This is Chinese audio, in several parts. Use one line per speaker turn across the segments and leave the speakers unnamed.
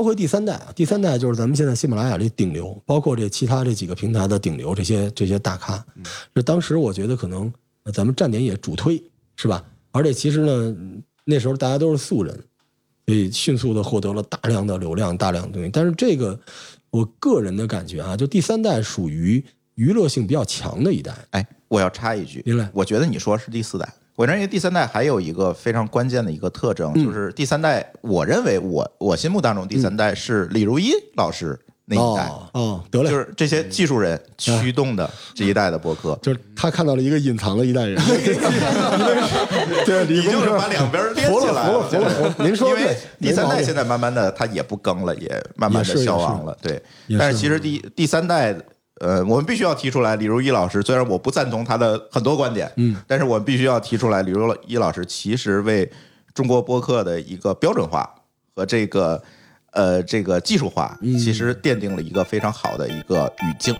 包括第三代，啊第三代就是咱们现在喜马拉雅这顶流，包括这其他这几个平台的顶流，这些这些大咖，
嗯
这当时我觉得可能呃咱们站点也主推是吧？而且其实呢，那时候大家都是素人，所以迅速的获得了大量的流量、大量的东西。但是这个我个人的感觉啊，就第三代属于娱乐性比较强的一代，
哎，我要插一句，
您来
我觉得你说是第四代，我认为第三代还有一个非常关键的一个特征，就是第三代，我认为我我心目当中第三代是李如一老师那一代，
哦哦，得嘞，
就
就是
是这些技术人驱动的这一代的播客。
他看到了一个隐藏的一代人， 对，理
你
工
就是
科
把两边连
服
起来
了服了服了服了您说
因
的
为
对
第三
没毛
代
病
现在慢慢的它也不更了，也慢慢
也
的
是
消亡了，对
也是。嗯
但是其实第第三代，呃，我们必须要提出来，李如一老师虽然我不赞同他的很多观点，嗯，但是我们必须要提出来，李如一老师其实为中国播客的一个标准化和这个呃这个技术化，
嗯
其实奠定了一个非常好的一个语境。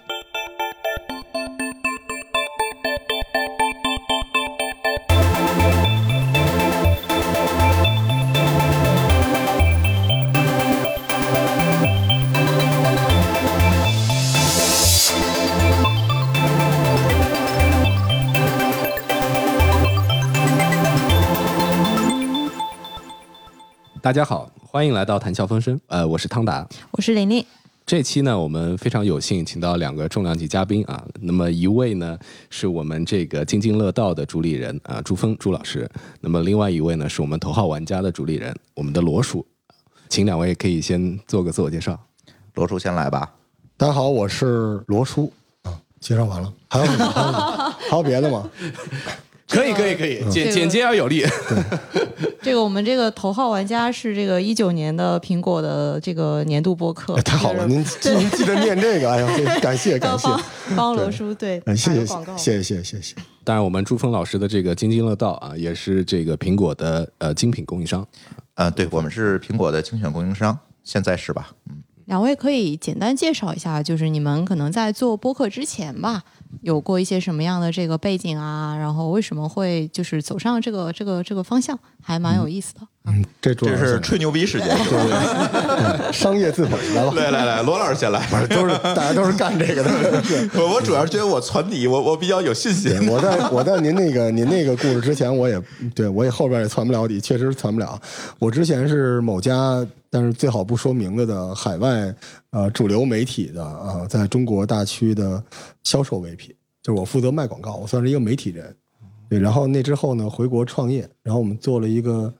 大家好，欢迎来到谈笑风生。呃，我是汤达。
我是玲玲，
这期呢，我们非常有幸请到两个重量级嘉宾啊。那么一位呢，是我们这个津津乐道的主理人啊，朱峰朱老师。那么另外一位呢，是我们头号玩家的主理人，我们的罗叔。请两位可以先做个自我介绍。
罗叔先来吧，
大家好，我是罗叔啊，介绍完了，还有还有别的 吗？
可以，可以，可以，简
这个
简洁而有力。
这个我们这个头号玩家是这个一九年的苹果的这个年度播客，
哎，太好了，您记您记得念这个，哎 呀，这感谢感
要
谢，
帮 帮罗叔对
哎，谢谢
打个广告
谢谢谢谢谢谢，
当然，我们朱峰老师的这个津津乐道啊，也是这个苹果的呃精品供应商。
呃，对我们是苹果的精选供应商，现在是吧？嗯。
两位可以简单介绍一下，就是你们可能在做播客之前吧，有过一些什么样的这个背景啊？然后为什么会就是走上这个这个这个方向，还蛮有意思的。
嗯，这主要
这是吹牛逼时间，是吧
商业自捧来 吧，
来来来，罗老师先来。
反正都是大家都是干这个 的。对
我我主要是觉得我传底，我我比较有信
对，
心。
我在我在您那个您那个故事之前，我也对我也后边也攒不了底，确实攒不了。我之前是某家，但是最好不说名字的海外呃主流媒体的啊、呃在中国大区的销售 VP，就是我负责卖广告，我算是一个媒体人。对，然后那之后呢，回国创业，然后我们做了一个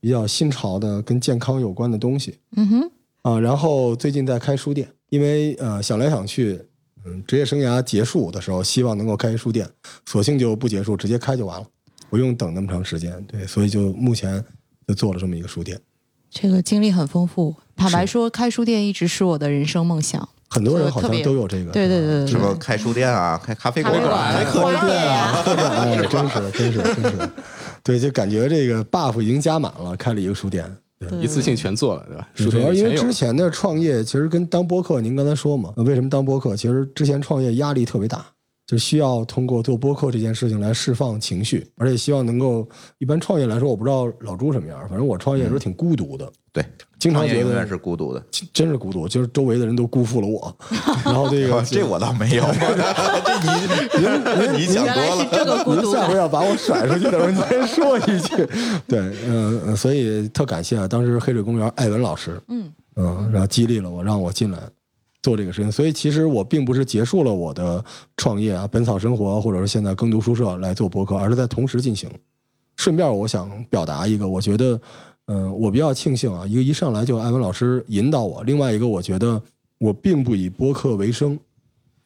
比较新潮的跟健康有关的东西，
嗯哼，
啊，然后最近在开书店，因为呃想来想去，嗯，职业生涯结束的时候，希望能够开一书店，索性就不结束，直接开就完了，不用等那么长时间。对，所以就目前就做了这么一个书店。
这个经历很丰富。坦白说，开书店一直是我的人生梦想。
很多人好
特
像
别
都有这个，
对对对对
什么
对，
开书店啊，开咖啡
咖
馆
啡
啊，开
馆、
课
花店呀，
对吧，哎，真是真是真是，对，就感觉这个 buff 已经加满了，开了一个书店。对
对
一次性全做了，嗯对吧？
主
书
要
店
因为
全有
之前的创业其实跟当播客，您刚才说嘛，呃为什么当播客？其实之前创业压力特别大，就需要通过做播客这件事情来释放情绪，而且希望能够。一般创业来说，我不知道老朱什么样，反正我创业的时候挺孤独的，
对，
经常
创业
觉
永
得
远是孤独的。
真真是孤独，就是周围的人都辜负了 我。然后这
啊
个
哦这我倒没有，这你你想
原来
多
是
了。
这个孤
您
独
下回
感。
要把我甩出去的时候，您先说一 句。对，嗯、呃，所以特感谢啊，当时黑水公园艾文老师，
嗯
嗯，然后激励了我，让我进来做这个事情。所以其实我并不是结束了我的创业啊，本草生活，或者说现在耕读书社来做博客，而是在同时进行。顺便，我想表达一个，我觉得，嗯、我比较庆幸啊，一个一上来就艾文老师引导我，另外一个我觉得我并不以播客为生，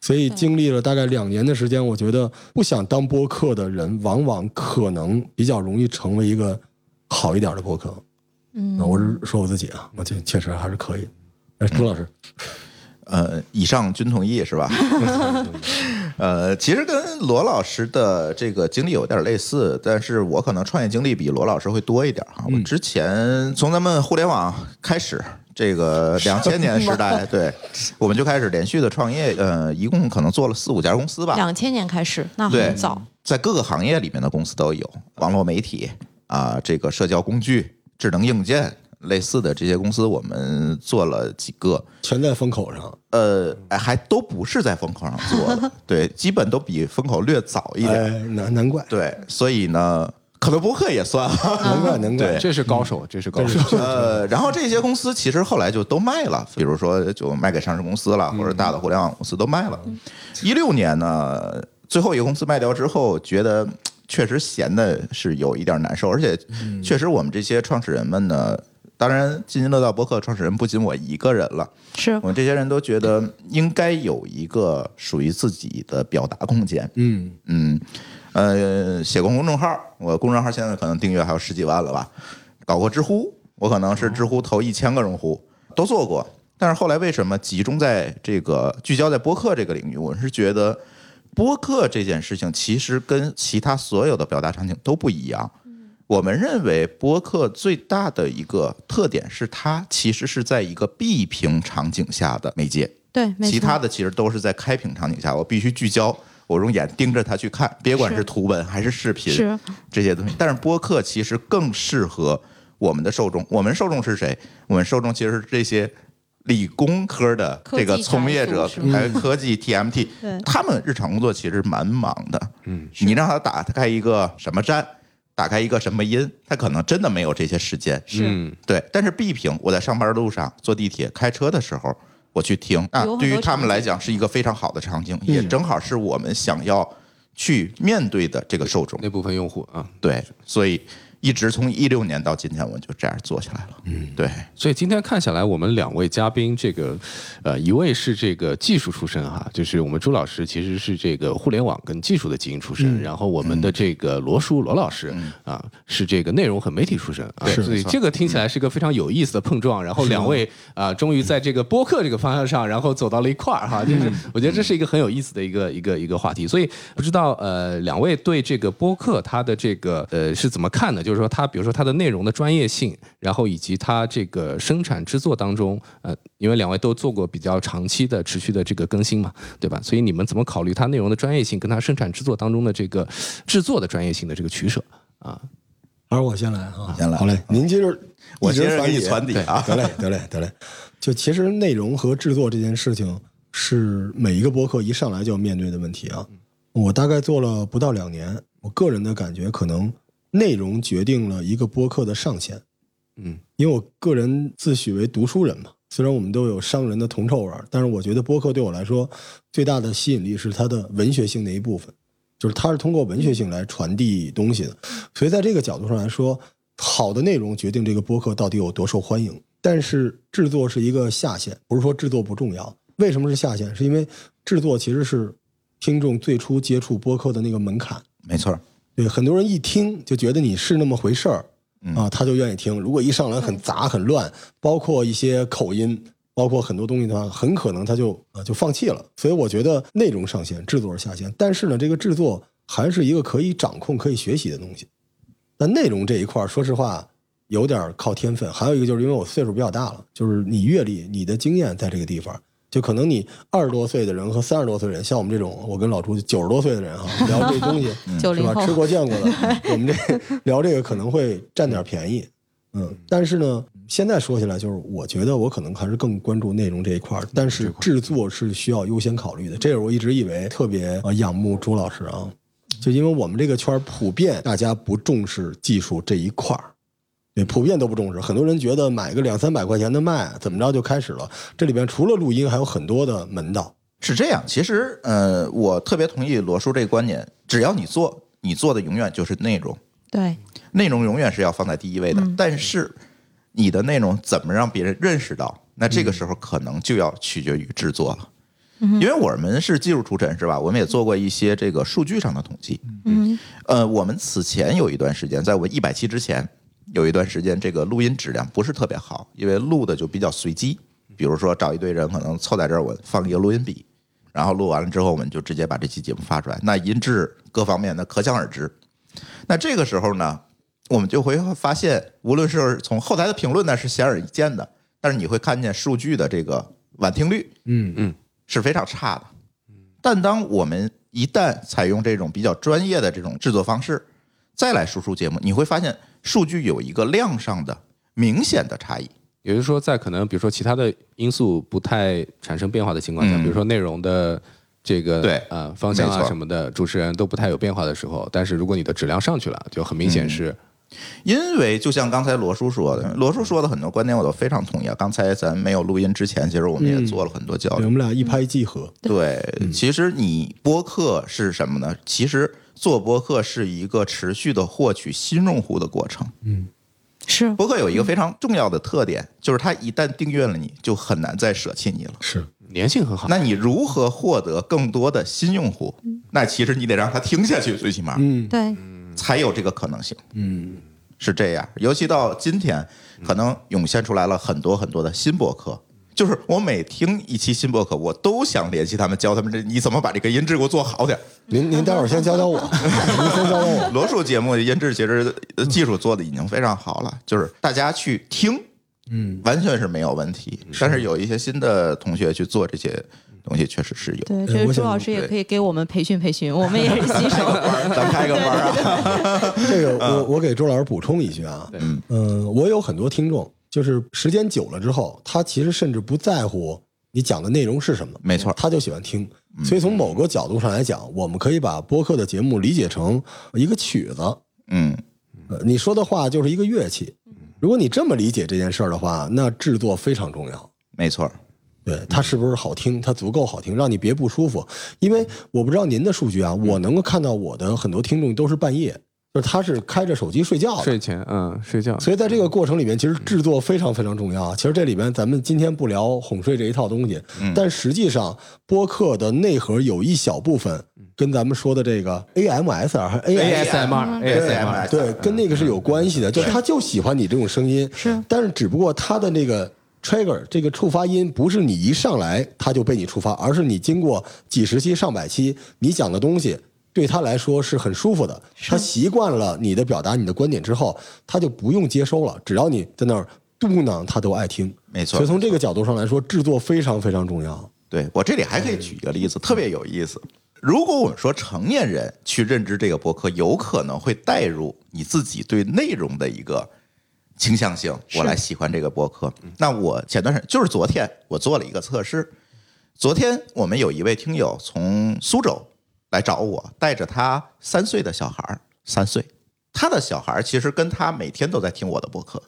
所以经历了大概两年的时间，我觉得不想当播客的人，往往可能比较容易成为一个好一点的播客。
嗯
那，我是说我自己啊，我觉得确实还是可以。哎，朱老师，
呃，以上均同意是 吧？呃，其实跟罗老师的这个经历有点类似，但是我可能创业经历比罗老师会多一点哈。
嗯
我之前从咱们互联网开始，这 个两千年时代，对，我们就开始连续的创业，呃，一共可能做了四五家公司吧。
两千年开始，那
对
很早。
在各个行业里面的公司都有，网络媒体啊、这个社交工具、智能硬件、类似的这些公司，我们做了几个，
全在风口上。
呃，哎还都不是在风口上做的，对，基本都比风口略早一点。
哎，难难怪，
对，所以呢，可能博客也算。
难怪，难怪
对。
这是高手，这是高手。
呃，然后这些公司其实后来就都卖了，比如说就卖给上市公司了，或者大的互联网公司都卖了。一六年呢，最后一个公司卖掉之后，觉得嗯确实闲的是有一点难受，而且确实我们这些创始人们呢，当然津津乐道播客创始人不仅我一个人了，
是
我们这些人都觉得应该有一个属于自己的表达空间。
嗯，
嗯，呃，写过公众号，我公众号现在可能订阅还有十几万了吧。搞过知乎，我可能是知乎头一千个用户都做过，但是后来为什么集中在这个聚焦在播客这个领域？我是觉得播客这件事情其实跟其他所有的表达场景都不一样。我们认为播客最大的一个特点是，它其实是在一个闭屏场景下的媒介。
对，没错
其他的其实都是在开屏场景下，我必须聚焦，我用眼盯着它去看，别管
是
是图文还是视频
是
这些东西。但是播客其实更适合我们的受众，我们受众是谁？我们受众其实是这些理工科的
科技
这个从业者
宅族是，吗嗯
还有科技 TMT，
对
他们日常工作其实蛮忙的。
嗯，
你让他打开一个什么站，打开一个什么音，他可能真的没有这些时间。
是、
嗯，
对，但是 B 屏，我在上班路上、坐地铁、开车的时候，我去听，那
有很多
对于他
场景
们来讲是一个非常好的场景，也正好是我们想要去面对的这个受众。
那部分用户啊，
对，所以一直从一六年到今天，我就这样做下来了。嗯，对，
所以今天看下来，我们两位嘉宾，这个，呃，一位是这个技术出身哈，就是我们朱老师其实是这个互联网跟技术的精英出
嗯
身，然后我们的这个罗叔罗老师、啊是这个内容和媒体出身啊，
是
所以这个听起来是一个非常有意思的碰撞。然后两位
嗯
啊、终于在这个播客这个方向上，然后走到了一块儿哈，就是我觉得这是一个很有意思的一个一个一个话题。所以不知道呃，两位对这个播客它的这个呃是怎么看的？就是说它，比如说它的内容的专业性，然后以及它这个生产制作当中，呃，因为两位都做过比较长期的持续的这个更新嘛，对吧？所以你们怎么考虑它内容的专业性跟它生产制作当中的这个制作的专业性的这个取舍啊？
还是我先来啊，
先来
好嘞，您接着，
我
一直
接着给你
底
传底啊。
得嘞，得嘞，得嘞。就其实内容和制作这件事情是每一个播客一上来就要面对的问题啊。我大概做了不到两年，我个人的感觉可能内容决定了一个播客的上限。
嗯，
因为我个人自诩为读书人嘛，虽然我们都有商人的铜臭味儿，但是我觉得播客对我来说最大的吸引力是它的文学性的一部分，就是它是通过文学性来传递东西的。所以在这个角度上来说，好的内容决定这个播客到底有多受欢迎。但是制作是一个下限，不是说制作不重要。为什么是下限？是因为制作其实是听众最初接触播客的那个门槛。
没错，
对，很多人一听就觉得你是那么回事儿
嗯
啊，他就愿意听。如果一上来很杂很乱，包括一些口音，包括很多东西的话，很可能他就呃就放弃了。所以我觉得内容上限，制作是下限，但是呢，这个制作还是一个可以掌控、可以学习的东西。但内容这一块儿，说实话有点儿靠天分，还有一个就是因为我岁数比较大了，就是你阅历、你的经验在这个地方。就可能你二十多岁的人和三十多岁的人，像我们这种，我跟老朱九十多岁的人哈，聊这东西，
嗯
九
是
零
吧？
后
吃过见 过的，我们这聊这个可能会占点便宜，嗯。但是呢，现在说起来，就是我觉得我可能还是更关注内容这一块儿，但是制作是需要优先考虑的。这是我一直以为特别呃仰慕朱老师啊，就因为我们这个圈儿普遍大家不重视技术这一块儿。对，普遍都不重视。很多人觉得买个两三百块钱的麦，啊怎么着就开始了。这里边除了录音，还有很多的门道。
是这样。其实，呃，我特别同意罗叔这个观点，只要你做，你做的永远就是内容。
对
内容永远是要放在第一位的，但是你的内容怎么让别人认识到？那这个时候可能就要取决于制作了，因为我们是技术出身，是吧？我们也做过一些这个数据上的统计。
嗯，
呃，我们此前有一段时间，在我们一百期之前，有一段时间这个录音质量不是特别好，因为录的就比较随机。比如说找一堆人，可能凑在这儿，我放一个录音笔，然后录完了之后，我们就直接把这期节目发出来。那音质各方面的可想而知。那这个时候呢，我们就会发现，无论是从后台的评论呢，是显而易见的，但是你会看见数据的这个晚听率
嗯
嗯
是非常差的。但当我们一旦采用这种比较专业的这种制作方式，再来输出节目，你会发现数据有一个量上的明显的差异。
也就是说，在可能比如说其他的因素不太产生变化的情况下，
嗯
比如说内容的这个
对
呃方向
没
啊
错
什么的，主持人都不太有变化的时候，但是如果你的质量上去了，就很明
嗯
显是、
因为就像刚才罗叔说的，罗叔说的很多观点我都非常同意啊。刚才咱没有录音之前，其实我们也做了很多交
对
流。
我们俩一拍即合，
对，其实你播客是什么呢？其实做播客是一个持续的获取新用户的过程。
是
嗯
播客有一个非常重要的特点，就是它一旦订阅了你，就很难再舍弃你了。
是
粘性很好。
那你如何获得更多的新用户？那其实你得让他听下去，最起码
嗯
对，
才有这个可能性。嗯，是这样。尤其到今天，可能涌现出来了很多很多的新博客。就是我每听一期新博客，我都想联系他们，教他们这你怎么把这个音质给我做好点儿。
您您待会儿先教教我，您先教教我，
罗叔节目的音质其实呃技术做的已经非常好了，就是大家去听，嗯，完全是没有问题。但是有一些新的同学去做这些东西，确实是有。
对，
嗯我
这个朱
想
老师也
对
可以给我们培训培训，我们也是 新手。
咱开个班儿啊，
这个我我给周老师补充一句啊，
对
嗯、我有很多听众，就是时间久了之后，他其实甚至不在乎你讲的内容是什么，
没错嗯
他就喜欢听。所以从某个角度上来讲，我们可以把播客的节目理解成一个曲子，
嗯，
呃你说的话就是一个乐器。如果你这么理解这件事儿的话，那制作非常重要。
没错儿，
对它是不是好听？它足够好听，让你别不舒服。因为我不知道您的数据啊，我能够看到我的很多听众都是半夜，就是他是开着手机睡觉的。
睡前嗯睡觉，
所以在这个过程里面，其实制作非常非常重要啊。其实这里边咱们今天不聊哄睡这一套东西，但实际上播客的内核有一小部分跟咱们说的这个 AMSR 啊还是
ASMR
对
ASMR
对，跟那个是有关系的。就他就喜欢你这种声音，
是
但是只不过他的那个 trigger 这个触发音不是你一上来他就被你触发，而是你经过几十期、上百期，你讲的东西对他来说是很舒服的，他习惯了你的表达、你的观点之后，他就不用接收了，只要你在那儿嘟囔，他都爱听。
没错
所以从这个角度上来说，制作非常非常重要。
对我这里还可以举一个例子，特别有意思。如果我们说成年人去认知这个博客，有可能会带入你自己对内容的一个倾向性，我来喜欢这个博客。那我前段时间就是昨天，我做了一个测试。昨天我们有一位听友从苏州来找我，带着他三岁的小孩儿，三岁，他的小孩儿其实跟他每天都在听我的博客，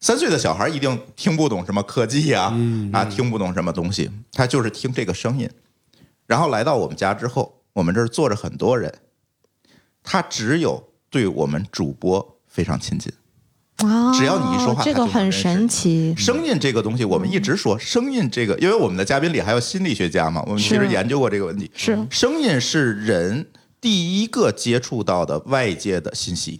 三岁的小孩一定听不懂什么科技呀、啊，听不懂什么东西，他就是听这个声音。然后来到我们家之后，我们这儿坐着很多人，他只有对我们主播非常亲近。
哦
哇
只要你一说话他
这
就
个
能
很
认识
神
你
奇。
声音这个东西，我们一直说声音这个，因为我们的嘉宾里还有心理学家嘛，我们其实
是
研究过这个问题。
是
声音是人第一个接触到的外界的信息。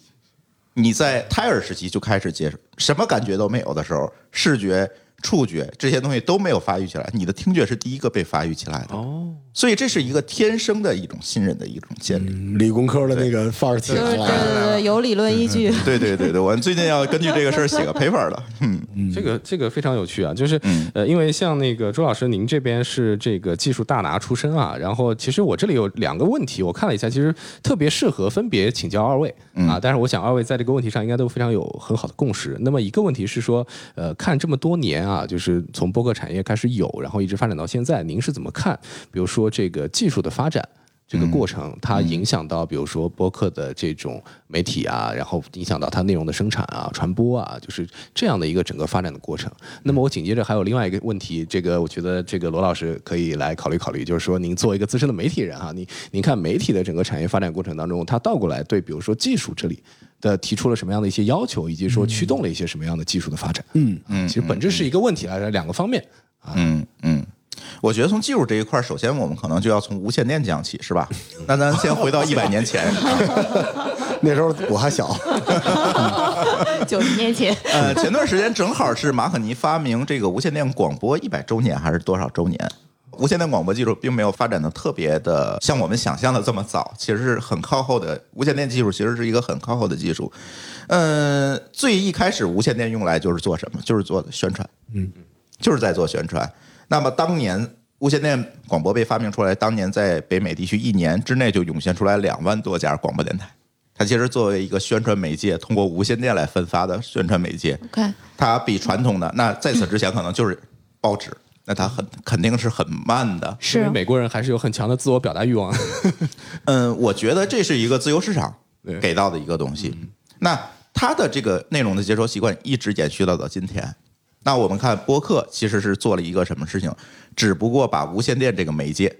你在胎儿时期就开始接触，什么感觉都没有的时候，视觉、触觉这些东西都没有发育起来，你的听觉是第一个被发育起来的。哦，所以这是一个天生的一种信任的一种建立。
嗯理工科的那个范儿起
就是
来
对
了。
对对，有理论依据。
对对对对，我们最近要根据这个事儿写个 paper 了。嗯，
这个这个非常有趣啊，就是、呃，因为像那个周老师，您这边是这个技术大拿出身啊，然后其实我这里有两个问题，我看了一下，其实特别适合分别请教二位、啊，但是我想二位在这个问题上应该都非常有很好的共识。那么一个问题是说，呃，看这么多年啊，就是从播客产业开始有，然后一直发展到现在，您是怎么看？比如说这个技术的发展。这个过程，它影响到比如说播客的这种媒体啊，然后影响到它内容的生产啊、传播啊，就是这样的一个整个发展的过程。那么我紧接着还有另外一个问题，这个我觉得这个罗老师可以来考虑考虑，就是说您作为一个资深的媒体人啊，您您看媒体的整个产业发展过程当中，它倒过来对比如说技术这里的提出了什么样的一些要求，以及说驱动了一些什么样的技术的发展？嗯嗯，其实本质是一个问题来两个方面。
嗯，嗯， 我觉得从技术这一块儿，首先我们可能就要从无线电讲起，是吧？那咱先回到一百年前，
那时候我还小，
九十 年前，
呃，前段时间正好是马可尼发明这个无线电广播一百周年还是多少周年？无线电广播技术并没有发展的特别的像我们想象的这么早，其实是很靠后的。无线电技术其实是一个很靠后的技术。嗯，最一开始无线电用来就是做什么？就是做宣传，嗯，就是在做宣传。那么当年无线电广播被发明出来，当年在北美地区一年之内就涌现出来两万多家广播电台。它其实作为一个宣传媒介，通过无线电来分发的宣传媒介，
OK，
它比传统的那在此之前可能就是报纸，那它很肯定是很慢的。
因为
是啊
美国人还是有很强的自我表达欲望。
嗯，我觉得这是一个自由市场
对
给到的一个东西。那它的这个内容的接收习惯一直延续到到今天。那我们看播客其实是做了一个什么事情，只不过把无线电这个媒介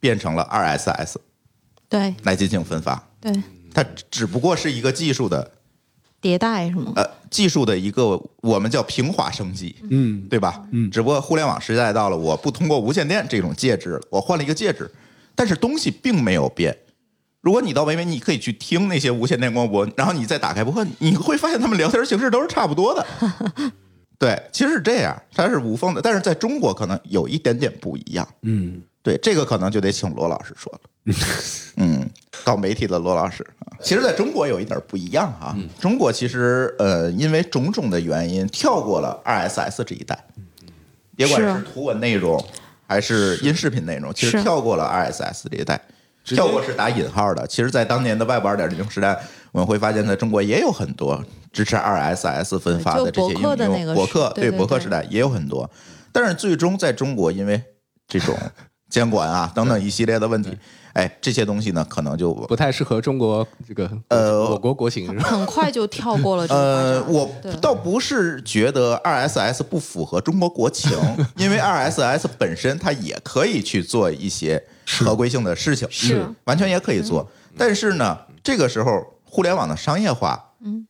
变成了 RSS
对
来进行分发，
对，
它只不过是一个技术的
迭代是吗？
呃技术的一个我们叫平滑升级，
嗯，
对吧？
嗯
只不过互联网时代到了，我不通过无线电这种介质了，我换了一个介质，但是东西并没有变。如果你到维维，你可以去听那些无线电广播，然后你再打开播客，你会发现他们聊天形式都是差不多的。对，其实是这样，它是无缝的，但是在中国可能有一点点不一样。
嗯，
对，这个可能就得请罗老师说了。嗯，搞媒体的罗老师，啊其实在中国有一点不一样啊。中国其实呃，因为种种的原因，跳过了 RSS 这一代，别管
是啊
是图文内容还是音视频内容，其实
是
跳过了 RSS 这一代。
直接
跳过是打引号的，其实，在当年的 Web 二点零时代，我们会发现，在中国也有很多支持 RSS 分发的这些应
就博客的那
用，
个
博
时
客
对对
博客
对
时代也有很多，但是最终在中国，因为这种监管啊等等一系列的问题，哎，这些东西呢，可能就
不太适合中国这个
呃
我国国情是吧？
很快就跳过了这
呃
个，发展
我
对
倒不是觉得 RSS 不符合中国国 情，因为 RSS 本身它也可以去做一些合规性的事情，
是
嗯完全也可以做。但是呢，这个时候互联网的商业化，
嗯，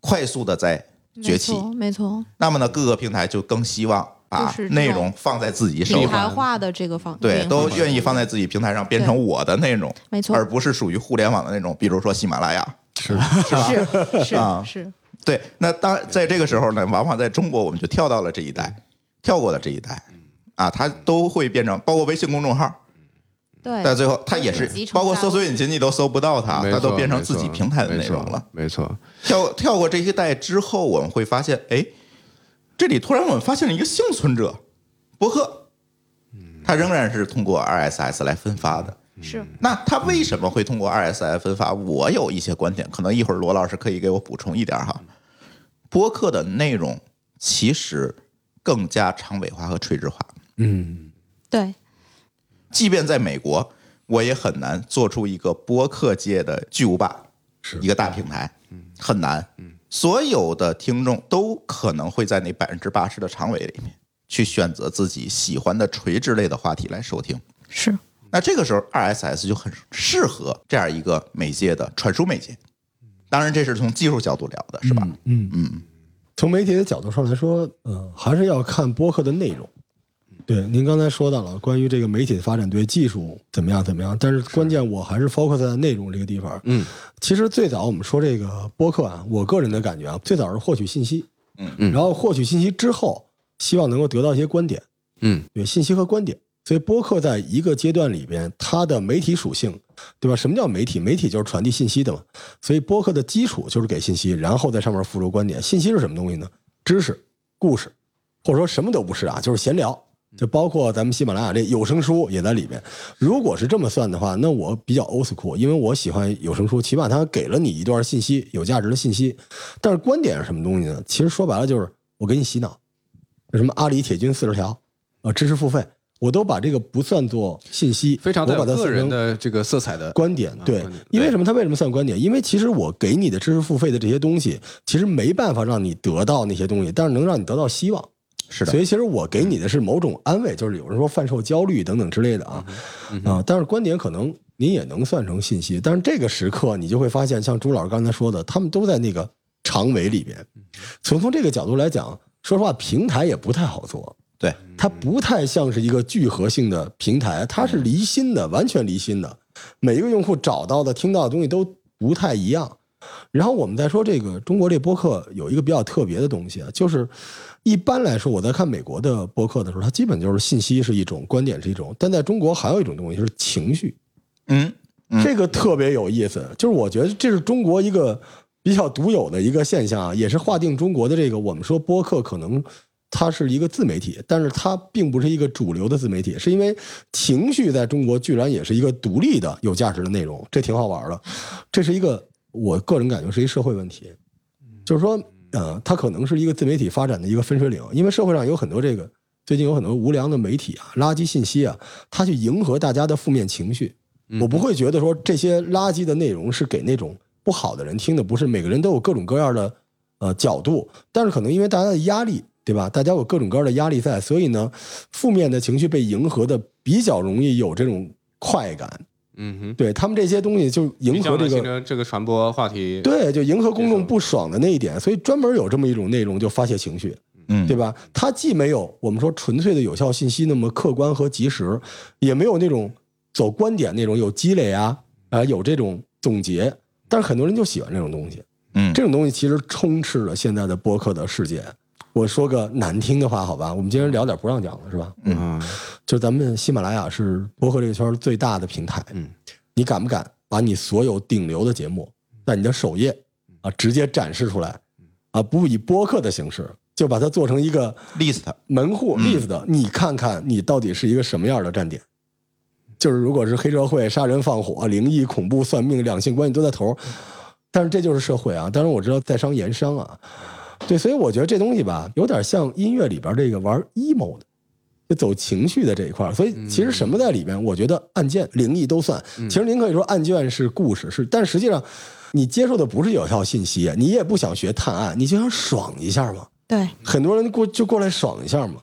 快速的在崛起，
没错没错，
那么呢，各个平台就更希望把
就是这种
内容放在自己手
平
上，
台化的这个方
对，
变化
都愿意放在自己平台上变成我的内容，
没错
而不是属于互联网的那种，比如说喜马拉雅。
是是
啊
是
对，那当在这个时候呢，往往在中国我们就跳到了这一代，
嗯
跳过了这一代，啊，它都会变成包括微信公众号，
对
但最后它也是
集成
包括
在
搜索引擎你都搜不到它，
没
它都
错
变成
没
自己
错
平台的内容
没
了
错。没错，
跳跳过这一代之后，我们会发现，哎，这里突然我们发现了一个幸存者，博客，
嗯
它仍然是通过 RSS 来分发的。
是
那它为什么会通过 RSS 分发？我有一些观点，可能一会儿罗老师可以给我补充一点哈。播客的内容其实更加长尾化和垂直化，
对
即便在美国，我也很难做出一个播客界的巨无霸，一个大平台，很难。所有的听众都可能会在那百分之八十的长尾里面，去选择自己喜欢的垂直类的话题来收听。
是
那这个时候，RSS 就很适合这样一个媒介的传输媒介。当然，这是从技术角度聊的，是吧？
嗯
嗯，
从媒体的角度上来说，嗯，还是要看播客的内容。对，您刚才说到了关于这个媒体的发展对技术怎么样怎么样，但是关键我还是 focus 在内容这个地方。
嗯，
其实最早我们说这个播客啊，我个人的感觉啊，最早是获取信息，
嗯
嗯
然后获取信息之后，希望能够得到一些观点，
嗯，
对信息和观点。所以播客在一个阶段里边，它的媒体属性，对吧？什么叫媒体？媒体就是传递信息的嘛。所以播客的基础就是给信息，然后在上面附着观点。信息是什么东西呢？知识、故事，或者说什么都不是啊，就是闲聊。就包括咱们喜马拉雅这有声书也在里面。如果是这么算的话，那我比较 old school，因为我喜欢有声书，起码它给了你一段信息，有价值的信息。但是观点是什么东西呢？其实说白了就是我给你洗脑，什么阿里铁军四十条，啊，知识付费，我都把这个不算作信息，
非常
我
带
把
有
它
个
算成
人的这个色彩的
观点，对
啊观点，
因为
对
什么？它为什么算观点？因为其实我给你的知识付费的这些东西，其实没办法让你得到那些东西，但是能让你得到希望。
是的
所。以其实我给你的是某种安慰，就是有人说贩售焦虑等等之类的啊
嗯
啊，但是观点可能您也能算成信息，但是这个时刻你就会发现，像朱老师刚才说的，他们都在那个长尾里边。
嗯
从从这个角度来讲，说实话，平台也不太好做。
对，
它不太像是一个聚合性的平台，它是离心的，完全离心的。每一个用户找到的、听到的东西都不太一样。然后我们再说这个中国这播客有一个比较特别的东西啊，就是一般来说我在看美国的播客的时候，它基本就是信息是一种，观点是一种，但在中国还有一种东西就是情绪，
嗯，
这个特别有意思，就是我觉得这是中国一个比较独有的一个现象啊，也是划定中国的这个我们说播客可能它是一个自媒体，但是它并不是一个主流的自媒体，是因为情绪在中国居然也是一个独立的有价值的内容，这挺好玩的。这是一个我个人感觉是一社会问题，就是说，呃，它可能是一个自媒体发展的一个分水岭，因为社会上有很多这个最近有很多无良的媒体啊、垃圾信息啊，它去迎合大家的负面情绪。我不会觉得说这些垃圾的内容是给那种不好的人听的，不是每个人都有各种各样的呃角度，但是可能因为大家的压力，对吧？大家有各种各样的压力在，所以呢，负面的情绪被迎合的比较容易有这种快感。
嗯哼，
对他们这些东西就迎合这
形
个，
成这个传播话题，
对，就迎合公众不爽的那一点，所以专门有这么一种内容就发泄情绪，
嗯，
对吧？它既没有我们说纯粹的有效信息那么客观和及时，也没有那种走观点那种有积累啊，啊、有这种总结，但是很多人就喜欢这种东西，
嗯
这种东西其实充斥了现在的播客的世界。我说个难听的话，好吧，我们今天聊点不让讲的是吧？
嗯
就咱们喜马拉雅是博客这个圈儿最大的平台，
嗯，
你敢不敢把你所有顶流的节目在你的首页啊直接展示出来啊？不以播客的形式，就把它做成一个
list，
门户 list，、你看看你到底是一个什么样的站点。就是如果是黑社会、杀人放火、灵异、恐怖、算命、两性关系都在头儿，但是这就是社会啊。当然我知道在商言商啊，对，所以我觉得这东西吧，有点像音乐里边这个玩 emo 的，就走情绪的这一块儿。所以其实什么在里边，我觉得案件、灵异都算。其实您可以说案件是故事，是，但实际上你接受的不是有效信息，你也不想学探案，你就想爽一下嘛。
对，
很多人过就过来爽一下嘛，